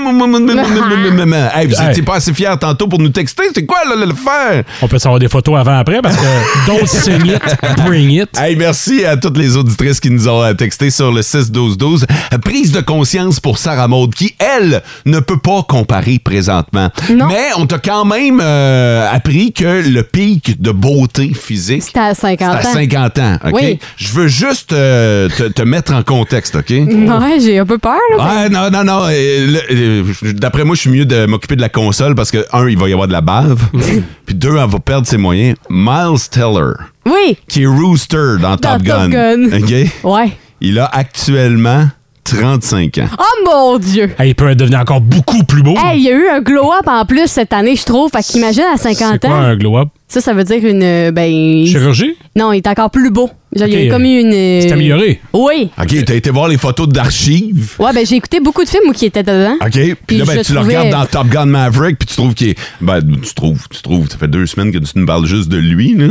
[SPEAKER 3] Hey, vous
[SPEAKER 5] Hey.
[SPEAKER 3] étiez pas assez fiers tantôt pour nous texter. C'est quoi, là, le faire?
[SPEAKER 5] On peut savoir des photos avant-après, parce que d'autres sing it, bring it.
[SPEAKER 3] Hey, merci à toutes les auditrices qui nous ont euh, texté sur le 6-12-12. Euh, Prise de conscience pour Sarah Maud, qui, elle, ne peut pas comparer présentement. Mais on t'a quand même euh, appris que le pic de beauté physique,
[SPEAKER 4] C'était à 50 ans.
[SPEAKER 3] c'est à 50 ans. OK?
[SPEAKER 4] Oui.
[SPEAKER 3] Je veux juste euh, te, te mettre en contexte, OK?
[SPEAKER 4] Ouais, j'ai un peu peur, là.
[SPEAKER 3] Ah, non, non, non. euh, le- euh, je- D'après moi, je suis mieux de m'occuper de la console parce que, un, il va y avoir de la bave. Puis deux, elle va perdre ses moyens. Miles Teller
[SPEAKER 4] Oui.
[SPEAKER 3] qui est Rooster dans, Top Gun.
[SPEAKER 4] Top Gun.
[SPEAKER 3] OK?
[SPEAKER 4] Ouais.
[SPEAKER 3] Il a actuellement 35 ans.
[SPEAKER 4] Oh mon Dieu!
[SPEAKER 5] Hey, il peut devenir encore beaucoup plus beau.
[SPEAKER 4] Hey, il y a eu un glow-up en plus cette année, je trouve. Fait qu'imagine à 50
[SPEAKER 5] c'est quoi
[SPEAKER 4] ans.
[SPEAKER 5] un glow-up?
[SPEAKER 4] Ça, ça veut dire une. euh, Ben. il-
[SPEAKER 5] Chirurgie?
[SPEAKER 4] Non, il est encore plus beau. Genre, il y a
[SPEAKER 5] Ok,
[SPEAKER 4] comme eu une. euh,
[SPEAKER 5] C'est amélioré.
[SPEAKER 4] Oui.
[SPEAKER 3] OK, t'as été voir les photos d'archives.
[SPEAKER 4] Ouais, ben j'ai écouté beaucoup de films où qui étaient dedans.
[SPEAKER 3] OK? Puis, là, ben,
[SPEAKER 4] je
[SPEAKER 3] tu le
[SPEAKER 4] trouvais-
[SPEAKER 3] regardes dans Top Gun Maverick, puis tu trouves qu'il est. Ben, tu trouves, tu trouves. Ça fait deux semaines que tu nous parles juste de lui, là.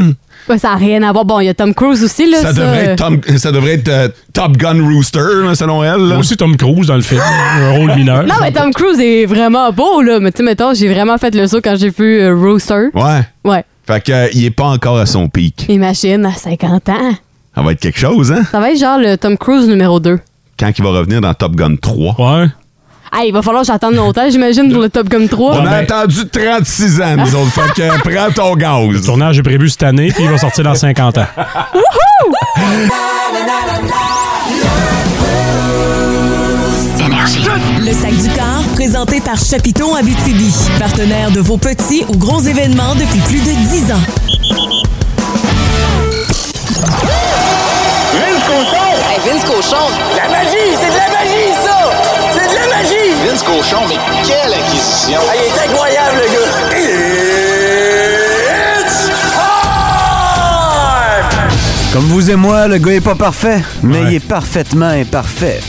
[SPEAKER 4] Ouais, ça n'a rien à voir. Bon, il y a Tom Cruise aussi, là. Ça,
[SPEAKER 3] Ça, devrait
[SPEAKER 4] euh,
[SPEAKER 3] être Tom- ça devrait être euh, Top Gun Rooster, là, selon elle. là.
[SPEAKER 5] Moi aussi, Tom Cruise dans le film. un rôle mineur.
[SPEAKER 4] Non, mais Tom Cruise est vraiment beau, là. Mais tu sais, mettons, j'ai vraiment fait le saut quand j'ai vu euh, Rooster.
[SPEAKER 3] Ouais.
[SPEAKER 4] Ouais.
[SPEAKER 3] Fait que, euh, il est pas encore à son pic.
[SPEAKER 4] Imagine, à 50 ans.
[SPEAKER 3] Ça va être quelque chose, hein?
[SPEAKER 4] Ça va être genre le Tom Cruise numéro 2.
[SPEAKER 3] Quand il va revenir dans Top Gun 3.
[SPEAKER 5] Ouais.
[SPEAKER 4] Ah, il va falloir que j'attende longtemps, j'imagine, pour le Top Gun 3.
[SPEAKER 3] On a
[SPEAKER 5] ben-
[SPEAKER 3] attendu 36 ans, nous autres. fait que, euh, prends ton
[SPEAKER 5] Le
[SPEAKER 3] gaz.
[SPEAKER 5] tournage est prévu cette année, puis il va sortir dans 50 ans.
[SPEAKER 8] Le sac du corps, présenté par Chapiton Abitibi, partenaire de vos petits ou gros événements depuis plus de 10 ans.
[SPEAKER 10] Vince Cochon!
[SPEAKER 8] Vince Cochon,
[SPEAKER 10] La magie! C'est de la magie, ça! C'est de la magie! Vince Cochon, mais quelle acquisition! il est incroyable, le gars! It's
[SPEAKER 12] Comme vous et moi, le gars est pas parfait, mais il est parfaitement imparfait.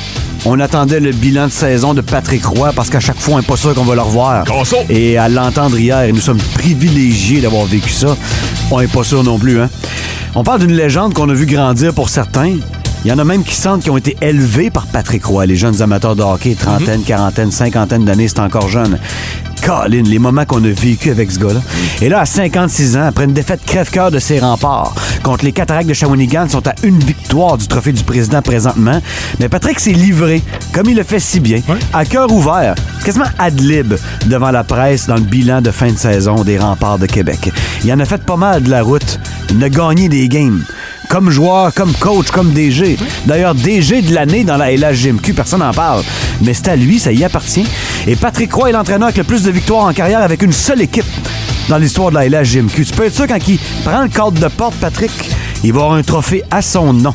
[SPEAKER 12] On attendait le bilan de saison de Patrick Roy parce qu'à chaque fois, on n'est pas sûr qu'on va le revoir. Et à l'entendre hier, et nous sommes privilégiés d'avoir vécu ça. On n'est pas sûr non plus. Hein? On parle d'une légende qu'on a vu grandir pour certains. Il y en a même qui sentent qu'ils ont été élevés par Patrick Roy. Les jeunes amateurs de hockey, trentaine, quarantaine, cinquantaine d'années, c'est encore jeune. Colin, les moments qu'on a vécu avec ce gars-là. Et là, à 56 ans, après une défaite crève-cœur de ses remparts, contre les cataractes de Shawinigan ils sont à une victoire du trophée du président présentement, mais Patrick s'est livré, comme il le fait si bien, à cœur ouvert, quasiment ad lib devant la presse dans le bilan de fin de saison des remparts de Québec. Il en a fait pas mal de la route. Il en a gagné des games comme joueur, comme coach, comme DG. D'ailleurs, DG de l'année dans la LHGMQ, personne n'en parle. Mais c'est à lui, ça y appartient. Et Patrick Roy est l'entraîneur avec le plus de victoires en carrière avec une seule équipe dans l'histoire de la LHGMQ. Tu peux être sûr, quand il prend le cadre de porte, Patrick, il va avoir un trophée à son nom.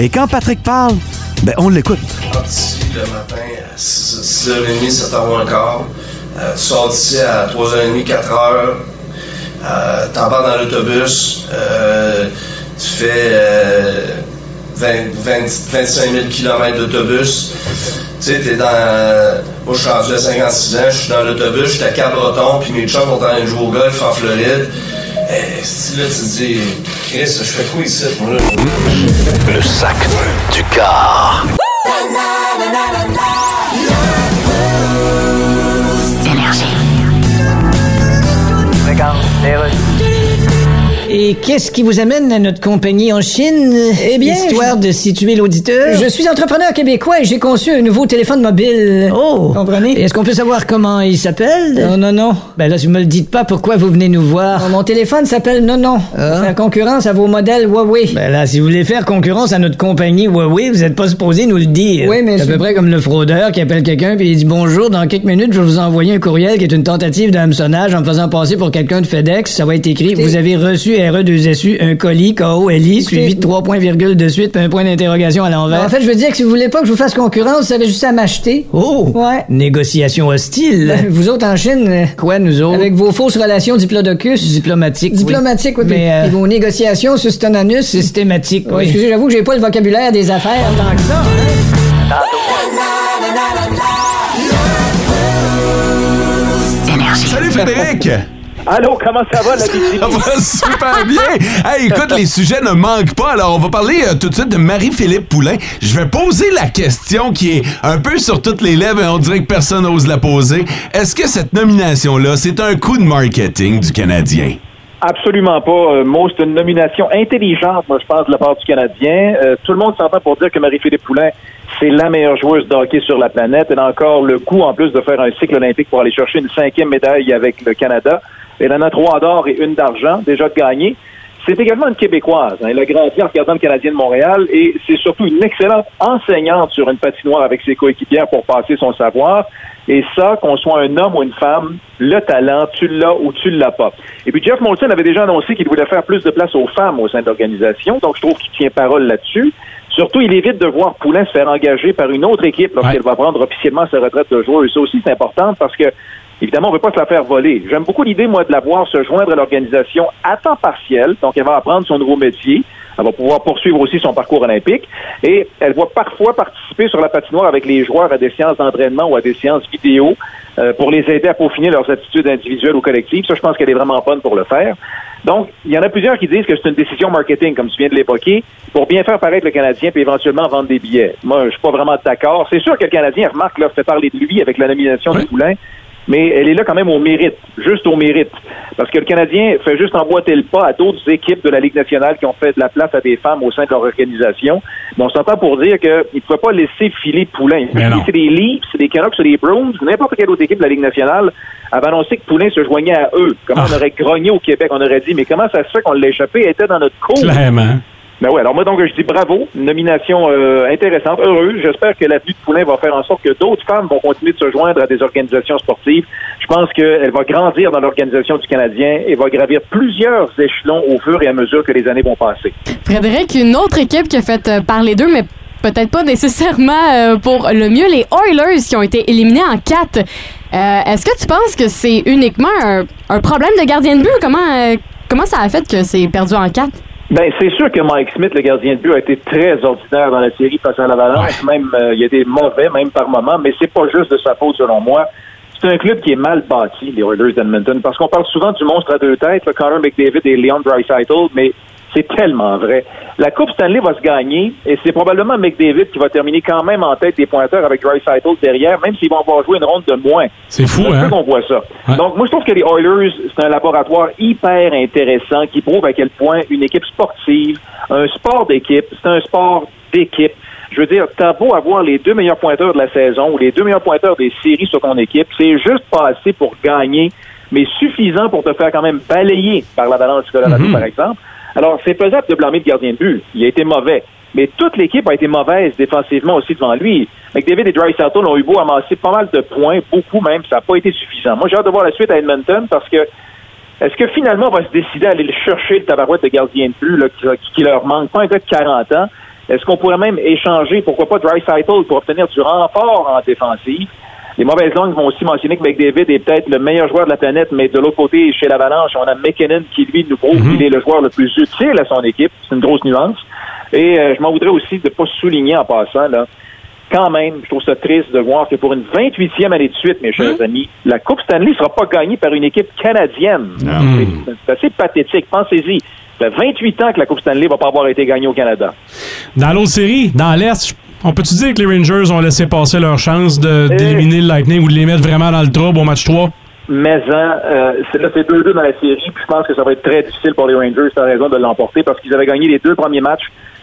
[SPEAKER 12] Et quand Patrick parle, ben on l'écoute.
[SPEAKER 13] D'ici le matin à 6h30, 7h15. Euh, tu sors d'ici à 3h30, 4h. Euh, T'embarques dans l'autobus. euh, tu fais euh, 20 20 25 000 km d'autobus. Tu sais, t'es dans. moi, je suis rendu à 56 ans, je suis dans l'autobus, je suis à Cap-Breton, puis mes chums sont en train de jouer au golf en Floride. Et si là, tu te dis, Chris, je fais quoi ici, moi, là?
[SPEAKER 6] Le sac du car.
[SPEAKER 7] Et qu'est-ce qui vous amène à notre compagnie en Chine? Eh
[SPEAKER 14] bien,
[SPEAKER 7] Histoire de situer l'auditeur.
[SPEAKER 14] Je suis entrepreneur québécois et j'ai conçu un nouveau téléphone mobile. Oh! Comprenez?
[SPEAKER 7] Est-ce qu'on peut savoir comment il s'appelle? Non, non, non. Ben là, si vous me le dites pas, pourquoi vous venez nous voir? Ah.
[SPEAKER 14] Mon téléphone s'appelle Non Non. C'est en concurrence à vos modèles Huawei.
[SPEAKER 7] Ben là, si vous voulez faire concurrence à notre compagnie Huawei, vous êtes pas supposé nous le dire.
[SPEAKER 14] Oui, mais
[SPEAKER 7] C'est à
[SPEAKER 14] je-
[SPEAKER 7] peu près comme le fraudeur qui appelle quelqu'un puis il dit bonjour, dans quelques minutes, je vais vous envoyer un courriel qui est une tentative d'hameçonnage en me faisant passer pour quelqu'un de FedEx. Ça va être écrit, vous avez reçu E RE2SU un colis KOLI suivi de trois points virgule de suite puis un point d'interrogation à l'envers.
[SPEAKER 14] En fait, je veux dire que si vous voulez pas que je vous fasse concurrence, vous avez juste à m'acheter.
[SPEAKER 7] Oh!
[SPEAKER 14] Ouais.
[SPEAKER 7] Négociation hostile.
[SPEAKER 14] Ben, Vous autres en Chine. euh,
[SPEAKER 7] Quoi, nous autres?
[SPEAKER 14] Avec vos fausses relations diplodocus.
[SPEAKER 7] Diplomatique.
[SPEAKER 14] Diplomatiques, oui. puis-
[SPEAKER 7] Mais, euh,
[SPEAKER 14] puis vos négociations sur Stonanus.
[SPEAKER 7] Systématique,
[SPEAKER 14] Ouais,
[SPEAKER 7] oui.
[SPEAKER 14] Excusez, j'avoue que j'ai pas le vocabulaire des affaires tant que ça.
[SPEAKER 3] Salut Frédéric!
[SPEAKER 15] Allô, comment ça va, la
[SPEAKER 3] Ça va super bien! Hey, écoute, les sujets ne manquent pas. Alors, on va parler euh, tout de suite de Marie-Philippe Poulain. Je vais poser la question qui est un peu sur toutes les lèvres et on dirait que personne n'ose la poser. Est-ce que cette nomination-là, c'est un coup de marketing du Canadien?
[SPEAKER 15] Absolument pas. Euh, Moi, c'est une nomination intelligente, moi, je pense, de la part du Canadien. Euh, tout le monde s'entend pour dire que Marie-Philippe Poulin, c'est la meilleure joueuse de hockey sur la planète. Elle a encore le coup, en plus, de faire un cycle olympique pour aller chercher une cinquième médaille avec le Canada. Elle en a trois d'or et une d'argent, déjà gagnées. C'est également une Québécoise. hein. Elle a grandi en regardant le Canadien de Montréal et c'est surtout une excellente enseignante sur une patinoire avec ses coéquipières pour passer son savoir. Et ça, qu'on soit un homme ou une femme, le talent, tu l'as ou tu l'as pas. Et puis Jeff Molson avait déjà annoncé qu'il voulait faire plus de place aux femmes au sein de l'organisation, donc je trouve qu'il tient parole là-dessus. Surtout, il évite de voir Poulain se faire engager par une autre équipe lorsqu'elle va prendre officiellement sa retraite de joueur. Et ça aussi, c'est important parce que Évidemment, on ne veut pas se la faire voler. J'aime beaucoup l'idée, moi, de la voir se joindre à l'organisation à temps partiel. Donc, elle va apprendre son nouveau métier. Elle va pouvoir poursuivre aussi son parcours olympique. Et elle va parfois participer sur la patinoire avec les joueurs à des séances d'entraînement ou à des séances vidéo euh, pour les aider à peaufiner leurs attitudes individuelles ou collectives. Ça, je pense qu'elle est vraiment bonne pour le faire. Donc, il y en a plusieurs qui disent que c'est une décision marketing, comme tu viens de l'évoquer, pour bien faire paraître le Canadien puis éventuellement vendre des billets. Moi, je suis pas vraiment d'accord. C'est sûr que le Canadien remarque, là, fait parler de lui avec la nomination de Poulain mais elle est là quand même au mérite, juste au mérite. Parce que le Canadien fait juste emboîter le pas à d'autres équipes de la Ligue nationale qui ont fait de la place à des femmes au sein de leur organisation. Mais on s'entend pour dire qu'il ne pouvait pas laisser filer Poulain.
[SPEAKER 5] Mais non.
[SPEAKER 15] C'est des Leafs, c'est des Canucks, c'est des Bruins, n'importe quelle autre équipe de la Ligue nationale avait annoncé que Poulain se joignait à eux.
[SPEAKER 5] Ah.
[SPEAKER 15] Comment on aurait grogné au Québec? On aurait dit, mais comment ça se fait qu'on l'a échappé? Elle était dans notre cours.
[SPEAKER 5] Clairement.
[SPEAKER 15] Ben ouais, alors moi donc je dis bravo, une nomination euh, intéressante, heureuse. J'espère que l'avenue de Poulain va faire en sorte que d'autres femmes vont continuer de se joindre à des organisations sportives. Je pense qu'elle va grandir dans l'organisation du Canadien et va gravir plusieurs échelons au fur et à mesure que les années vont passer.
[SPEAKER 4] Frédéric, une autre équipe qui a fait euh, parler d'eux, mais peut-être pas nécessairement euh, pour le mieux, les Oilers qui ont été éliminés en 4. Est-ce que tu penses que euh, c'est uniquement un, un problème de gardien de but? Comment, euh, comment ça a fait que c'est perdu en 4?
[SPEAKER 15] Ben, c'est sûr que Mike Smith, le gardien de but, a été très ordinaire dans la série face à l'Avalanche. Même, euh, il a été mauvais, même par moment, mais c'est pas juste de sa faute, selon moi. C'est un club qui est mal bâti, les Oilers d'Edmonton, parce qu'on parle souvent du monstre à deux têtes, le Connor McDavid et Leon Draisaitl, mais c'est tellement vrai. La Coupe Stanley va se gagner, et c'est probablement McDavid qui va terminer quand même en tête des pointeurs avec Draisaitl derrière, même s'ils vont avoir joué une ronde de moins.
[SPEAKER 5] C'est fou,
[SPEAKER 15] un peu
[SPEAKER 5] hein?
[SPEAKER 15] qu'on voit ça. Donc, moi, je trouve que les Oilers, c'est un laboratoire hyper intéressant qui prouve à quel point une équipe sportive, un sport d'équipe, c'est un sport d'équipe. Je veux dire, t'as beau avoir les deux meilleurs pointeurs de la saison ou les deux meilleurs pointeurs des séries sur ton équipe, c'est juste pas assez pour gagner, mais suffisant pour te faire quand même balayer par la balance du Colorado,
[SPEAKER 16] Mhm.
[SPEAKER 15] par exemple. Alors, c'est pesable de blâmer le gardien de but. Il a été mauvais. Mais toute l'équipe a été mauvaise défensivement aussi devant lui. McDavid et Dry ont eu beau amasser pas mal de points, beaucoup même, ça n'a pas été suffisant. Moi, j'ai hâte de voir la suite à Edmonton parce que est-ce que finalement on va se décider à aller le chercher le tabarouette de gardien de but là, qui, qui leur manque, pas un gars de 40 ans? Est-ce qu'on pourrait même échanger, pourquoi pas, Dry pour obtenir du renfort en défensive? Les mauvaises langues vont aussi mentionner que McDavid est peut-être le meilleur joueur de la planète, mais de l'autre côté, chez l'Avalanche, on a McKinnon qui, lui, nous prouve qu'il est le joueur le plus utile à son équipe. C'est une grosse nuance. Et euh, je m'en voudrais aussi de ne pas souligner en passant, là, quand même, je trouve ça triste de voir que pour une 28e année de suite, mes chers amis, la Coupe Stanley ne sera pas gagnée par une équipe canadienne.
[SPEAKER 3] Hmm.
[SPEAKER 15] C'est- C'est assez pathétique. Pensez-y. Ça fait 28 ans que la Coupe Stanley va pas avoir été gagnée au Canada.
[SPEAKER 5] Dans l'autre série, dans l'Est, on peut-tu dire que les Rangers ont laissé passer leur chance
[SPEAKER 15] Euh,
[SPEAKER 5] de- d'éliminer le Lightning ou de les mettre vraiment dans le trouble au match 3?
[SPEAKER 15] Mais hein, euh, c'est- là, c'est 2-2 dans la série. Puis je pense que ça va être très difficile pour les Rangers, t'as raison, de l'emporter parce qu'ils avaient gagné les deux premiers matchs.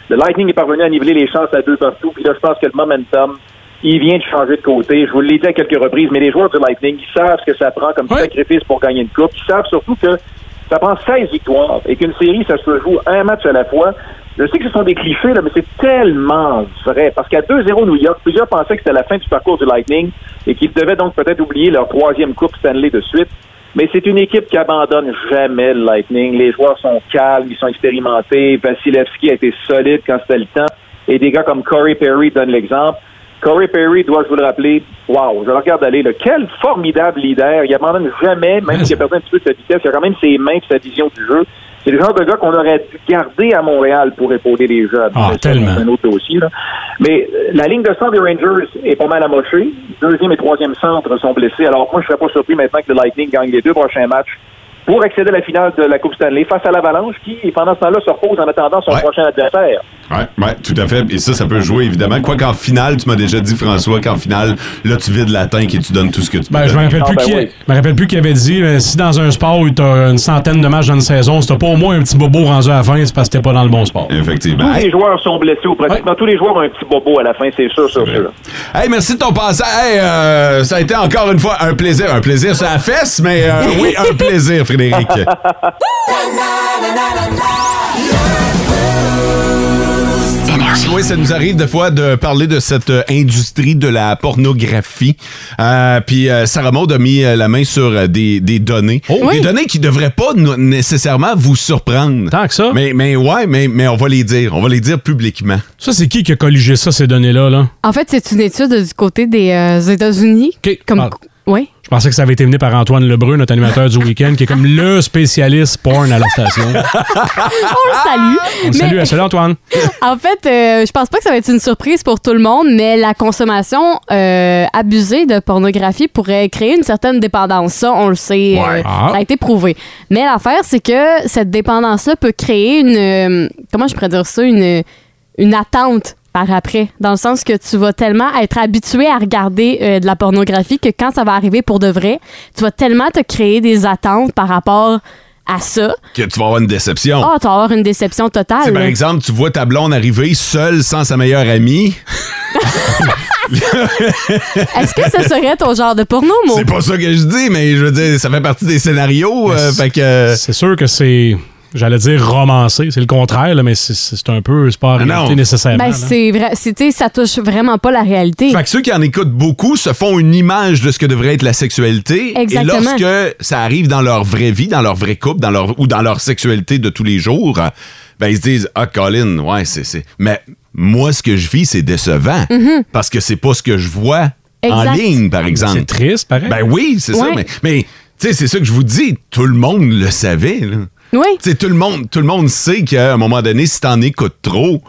[SPEAKER 15] Le Lightning est parvenu à niveler les chances à deux partout. Puis là, je pense que le momentum, il vient de changer de côté. Je vous l'ai dit à quelques reprises, mais les joueurs du Lightning, ils savent ce que ça prend comme sacrifice pour gagner une coupe. Ils savent surtout que ça prend 16 victoires et qu'une série, ça se joue un match à la fois. Je sais que ce sont des clichés, là, mais c'est tellement vrai. Parce qu'à 2-0 New York, plusieurs pensaient que c'était la fin du parcours du Lightning et qu'ils devaient donc peut-être oublier leur troisième Coupe Stanley de suite. Mais c'est une équipe qui abandonne jamais le Lightning. Les joueurs sont calmes, ils sont expérimentés. Vasilevski a été solide quand c'était le temps. Et des gars comme Corey Perry donnent l'exemple. Corey Perry doit, je vous le rappeler, wow, je le regarde aller, là. quel formidable leader. Il abandonne jamais, même s'il a perdu un petit peu de sa vitesse, il a quand même ses mains et sa vision du jeu. C'est le genre de gars qu'on aurait dû garder à Montréal pour épauler les jeunes.
[SPEAKER 5] Ah,
[SPEAKER 15] Ça,
[SPEAKER 5] tellement.
[SPEAKER 15] C'est un autre dossier. là. Mais euh, la ligne de centre des Rangers est pas mal amochée. Deuxième et troisième centre sont blessés. Alors moi, je serais pas surpris maintenant que le Lightning gagne les deux prochains matchs pour accéder à la finale de la Coupe Stanley face à l'Avalanche qui, pendant ce temps-là, se repose en attendant son prochain adversaire.
[SPEAKER 3] Ouais, ouais, tout à fait. Et ça, ça peut jouer, évidemment. Quoi qu'en finale, tu m'as déjà dit, François, qu'en finale, là, tu vides la tank et tu donnes tout ce que tu peux.
[SPEAKER 5] Ben, je me rappelle plus qui, je me rappelle plus qui avait dit ben, si dans un sport où tu as une centaine de matchs dans une saison, si t'as pas au moins un petit bobo rendu à la fin, c'est parce que t'es pas dans le bon sport.
[SPEAKER 3] Effectivement.
[SPEAKER 15] Tous les joueurs sont blessés ou pratiquement tous les joueurs ont un petit bobo à la fin, c'est sûr, sûr, sûr.
[SPEAKER 3] Hey, merci de ton passage. Hey, euh, ça a été encore une fois un plaisir. Un plaisir sur la fesse, mais euh, oui, un plaisir, Frédéric. Oui, ça nous arrive des fois de parler de cette euh, industrie de la pornographie. Euh, Puis euh, Sarah Maud a mis euh, la main sur euh, des, des données.
[SPEAKER 5] Oh
[SPEAKER 3] Des données qui devraient pas nous- nécessairement vous surprendre. Tant
[SPEAKER 5] que ça.
[SPEAKER 3] Mais, mais ouais, mais, mais on va les dire. On va les dire publiquement.
[SPEAKER 5] Ça, c'est qui qui a colligé ça, ces données-là? Là?
[SPEAKER 4] En fait, c'est une étude du côté des euh, États-Unis. Comme...
[SPEAKER 5] Ah.
[SPEAKER 4] Oui.
[SPEAKER 5] Je pensais que ça avait été mené par Antoine Lebreu, notre animateur du week-end, qui est comme le spécialiste porn à la station.
[SPEAKER 4] On le salue.
[SPEAKER 5] On le
[SPEAKER 4] Oh, Mais-
[SPEAKER 5] salue, salut Antoine.
[SPEAKER 4] en fait, euh, je pense pas que ça va être une surprise pour tout le monde, mais la consommation euh, abusée de pornographie pourrait créer une certaine dépendance. Ça, on le sait, euh,
[SPEAKER 17] Ouais.
[SPEAKER 4] ça a été prouvé. Mais l'affaire, c'est que cette dépendance-là peut créer une, euh, comment je pourrais dire ça, une, une attente par après, dans le sens que tu vas tellement être habitué à regarder euh, de la pornographie que quand ça va arriver pour de vrai, tu vas tellement te créer des attentes par rapport à ça.
[SPEAKER 3] Que tu vas avoir une déception.
[SPEAKER 4] Ah, tu vas avoir une déception totale.
[SPEAKER 3] Tu sais, par
[SPEAKER 4] là.
[SPEAKER 3] exemple, tu vois ta blonde arriver seule, sans sa meilleure amie.
[SPEAKER 4] Est-ce que ce serait ton genre de porno, moi?
[SPEAKER 3] C'est pas ça que je dis, mais je veux dire, ça fait partie des scénarios. euh, fait que...
[SPEAKER 5] C'est sûr que c'est, j'allais dire romancé, c'est le contraire, là, mais c'est- c'est c'est un peu,
[SPEAKER 3] Ah,
[SPEAKER 5] c'est pas en réalité nécessairement.
[SPEAKER 4] Ben,
[SPEAKER 5] là.
[SPEAKER 4] c'est vrai. c'est- tu sais, ça touche vraiment pas la réalité.
[SPEAKER 3] Fait que ceux qui en écoutent beaucoup se font une image de ce que devrait être la sexualité.
[SPEAKER 4] Exactement.
[SPEAKER 3] Et lorsque ça arrive dans leur vraie vie, dans leur vrai couple, dans leur, ou dans leur sexualité de tous les jours, euh, ben ils se disent Ah, Colin, ouais, c'est. c'est- Mais moi, ce que je vis, c'est décevant.
[SPEAKER 5] Mhm.
[SPEAKER 3] Parce que c'est pas ce que je vois en
[SPEAKER 5] Exact.
[SPEAKER 3] ligne, par exemple.
[SPEAKER 5] C'est triste, pareil.
[SPEAKER 3] Ben oui, c'est ça.
[SPEAKER 5] Ouais.
[SPEAKER 3] Mais, mais, tu sais, c'est ça que je vous dis. Tout le monde le savait. là.
[SPEAKER 4] Oui.
[SPEAKER 3] Tu sais, tout le monde, tout le monde sait qu'à un moment donné, si t'en écoutes trop,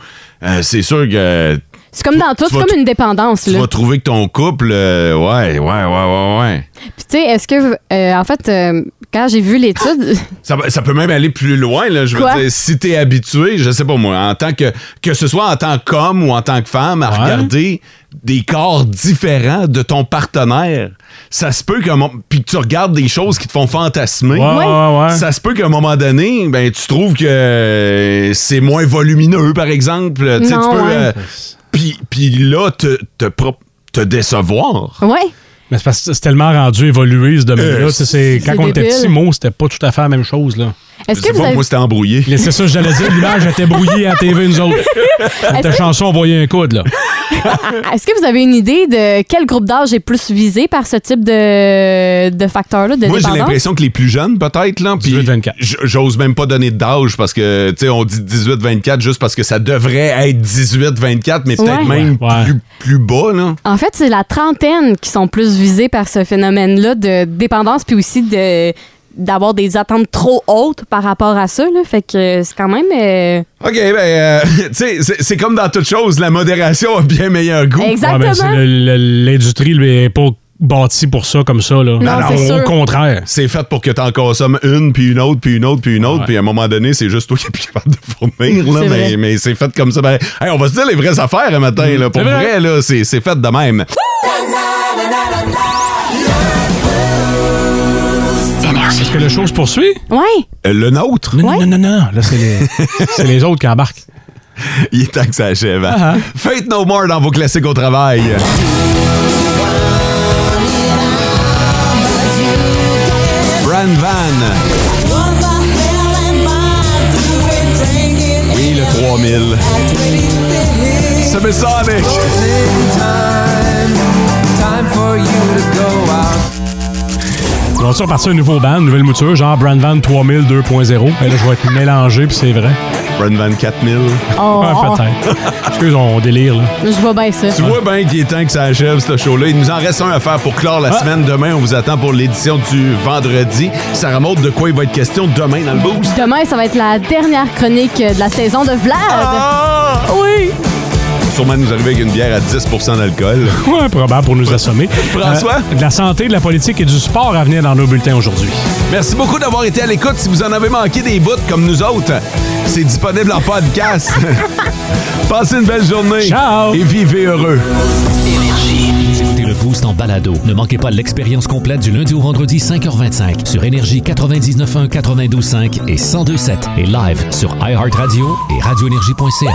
[SPEAKER 3] euh, c'est sûr que
[SPEAKER 4] C'est comme dans tout,
[SPEAKER 3] tu
[SPEAKER 4] c'est
[SPEAKER 3] vas
[SPEAKER 4] comme
[SPEAKER 3] t-
[SPEAKER 4] une dépendance.
[SPEAKER 3] tu
[SPEAKER 4] là.
[SPEAKER 3] vas trouver que ton couple, euh, ouais, ouais, ouais, ouais, ouais.
[SPEAKER 4] Puis, tu sais, est-ce que. euh, en fait, euh, quand j'ai vu l'étude.
[SPEAKER 3] Ça, va- ça peut même aller plus loin, là. Je veux
[SPEAKER 4] Quoi?
[SPEAKER 3] dire, si t'es habitué, je sais pas moi, en tant que. Que ce soit en tant qu'homme ou en tant que femme, à regarder des corps différents de ton partenaire, ça se peut qu'à un moment. Puis que tu regardes des choses qui te font fantasmer.
[SPEAKER 5] Ouais, Ouais. ouais, ouais.
[SPEAKER 3] Ça se peut qu'à un moment donné, ben, tu trouves que euh, c'est moins volumineux, par exemple. Tu sais, tu
[SPEAKER 4] Non,
[SPEAKER 3] peux.
[SPEAKER 4] ouais.
[SPEAKER 3] euh, Puis puis là, te, te, pro- te décevoir.
[SPEAKER 4] Ouais.
[SPEAKER 5] Mais c'est parce que c'est tellement rendu évolué ce domaine-là.
[SPEAKER 3] Euh,
[SPEAKER 5] Tu sais, c'est-
[SPEAKER 4] c'est
[SPEAKER 5] quand on était
[SPEAKER 4] débile.
[SPEAKER 5] petit, mot, c'était pas tout à fait la même chose. là.
[SPEAKER 4] Est-ce que vous avez-
[SPEAKER 3] embrouillé.
[SPEAKER 5] C'est ça, j'allais dire, l'image était brouillée à la TV, nous autres. Quand ta
[SPEAKER 4] que-
[SPEAKER 5] chanson, on voyait un coude, là.
[SPEAKER 4] Est-ce que vous avez une idée de quel groupe d'âge est plus visé par ce type de, de facteur-là, de
[SPEAKER 3] Moi, j'ai
[SPEAKER 4] dépendance?
[SPEAKER 3] l'impression que les plus jeunes, peut-être, là. 18-24. J'ose même pas donner d'âge parce que, tu sais, on dit 18-24 juste parce que ça devrait être 18-24, mais peut-être
[SPEAKER 4] Ouais.
[SPEAKER 3] même
[SPEAKER 5] Ouais.
[SPEAKER 3] Plus, plus bas, là.
[SPEAKER 4] En fait, c'est la trentaine qui sont plus visés par ce phénomène-là de dépendance, puis aussi de d'avoir des attentes trop hautes par rapport à ça. Là. Fait que euh, c'est quand même... euh,
[SPEAKER 3] OK, ben, euh, tu sais, c'est- c'est comme dans toute chose, la modération a bien meilleur goût.
[SPEAKER 4] Exactement.
[SPEAKER 5] Ouais, mais c'est le- le- L'industrie, lui, est pas bâtie pour ça, comme ça, là.
[SPEAKER 3] Non, c'est
[SPEAKER 5] au
[SPEAKER 3] sûr.
[SPEAKER 5] contraire.
[SPEAKER 3] C'est fait pour que t'en consommes une, puis une autre, puis une autre, puis une autre, puis à un moment donné, c'est juste toi qui es plus capable de fournir, là,
[SPEAKER 5] C'est vrai.
[SPEAKER 3] mais, mais c'est fait comme ça. Ben, hey, on va se dire les vraies affaires un matin, là. Pour
[SPEAKER 5] C'est vrai.
[SPEAKER 3] vrai, là, c'est c'est fait de même.
[SPEAKER 5] Est-ce que le show se poursuit?
[SPEAKER 4] Ouais.
[SPEAKER 3] Euh, Le nôtre?
[SPEAKER 5] Non, non, non, non. Là, c'est les, c'est les autres qui embarquent.
[SPEAKER 3] Il est temps que ça achève. hein?
[SPEAKER 5] Ah, ah.
[SPEAKER 3] Fate No More dans vos classiques au travail. Bran Van. Oui, le 3000. C'est Sonic.
[SPEAKER 5] Ils vont repartir un nouveau band, nouvelle mouture, genre Brand Van 3000 2.0. Ben là, je vais être mélangé, puis c'est vrai.
[SPEAKER 3] Brand Van Ah, 4000.
[SPEAKER 4] Oh, oh.
[SPEAKER 5] ouais, peut-être. Excuse, on délire, là.
[SPEAKER 4] Je vois bien ça.
[SPEAKER 3] Tu vois bien qu'il ben, est temps que ça achève, ce show-là. Il nous en reste un à faire pour clore
[SPEAKER 5] Ah.
[SPEAKER 3] la semaine. Demain, on vous attend pour l'édition du vendredi. Ça remonte de quoi il va être question demain dans le boost.
[SPEAKER 4] Demain, ça va être la dernière chronique de la saison de Vlad. Oui.
[SPEAKER 3] Sûrement nous arriver avec une bière à 10 d'alcool.
[SPEAKER 5] Ouais, probable pour nous assommer.
[SPEAKER 3] François?
[SPEAKER 5] Euh, de la santé, de la politique et du sport à venir dans nos bulletins aujourd'hui.
[SPEAKER 3] Merci beaucoup d'avoir été à l'écoute. Si vous en avez manqué des bouts comme nous autres, c'est disponible en podcast. Passez une belle journée. Ciao. Et vivez heureux.
[SPEAKER 1] Vous écoutez le Boost en balado. Ne manquez pas l'expérience complète du lundi au vendredi 5h25 sur Énergie 99.1, 92.5 et 102.7 et live sur iHeartRadio et radioénergie.ca.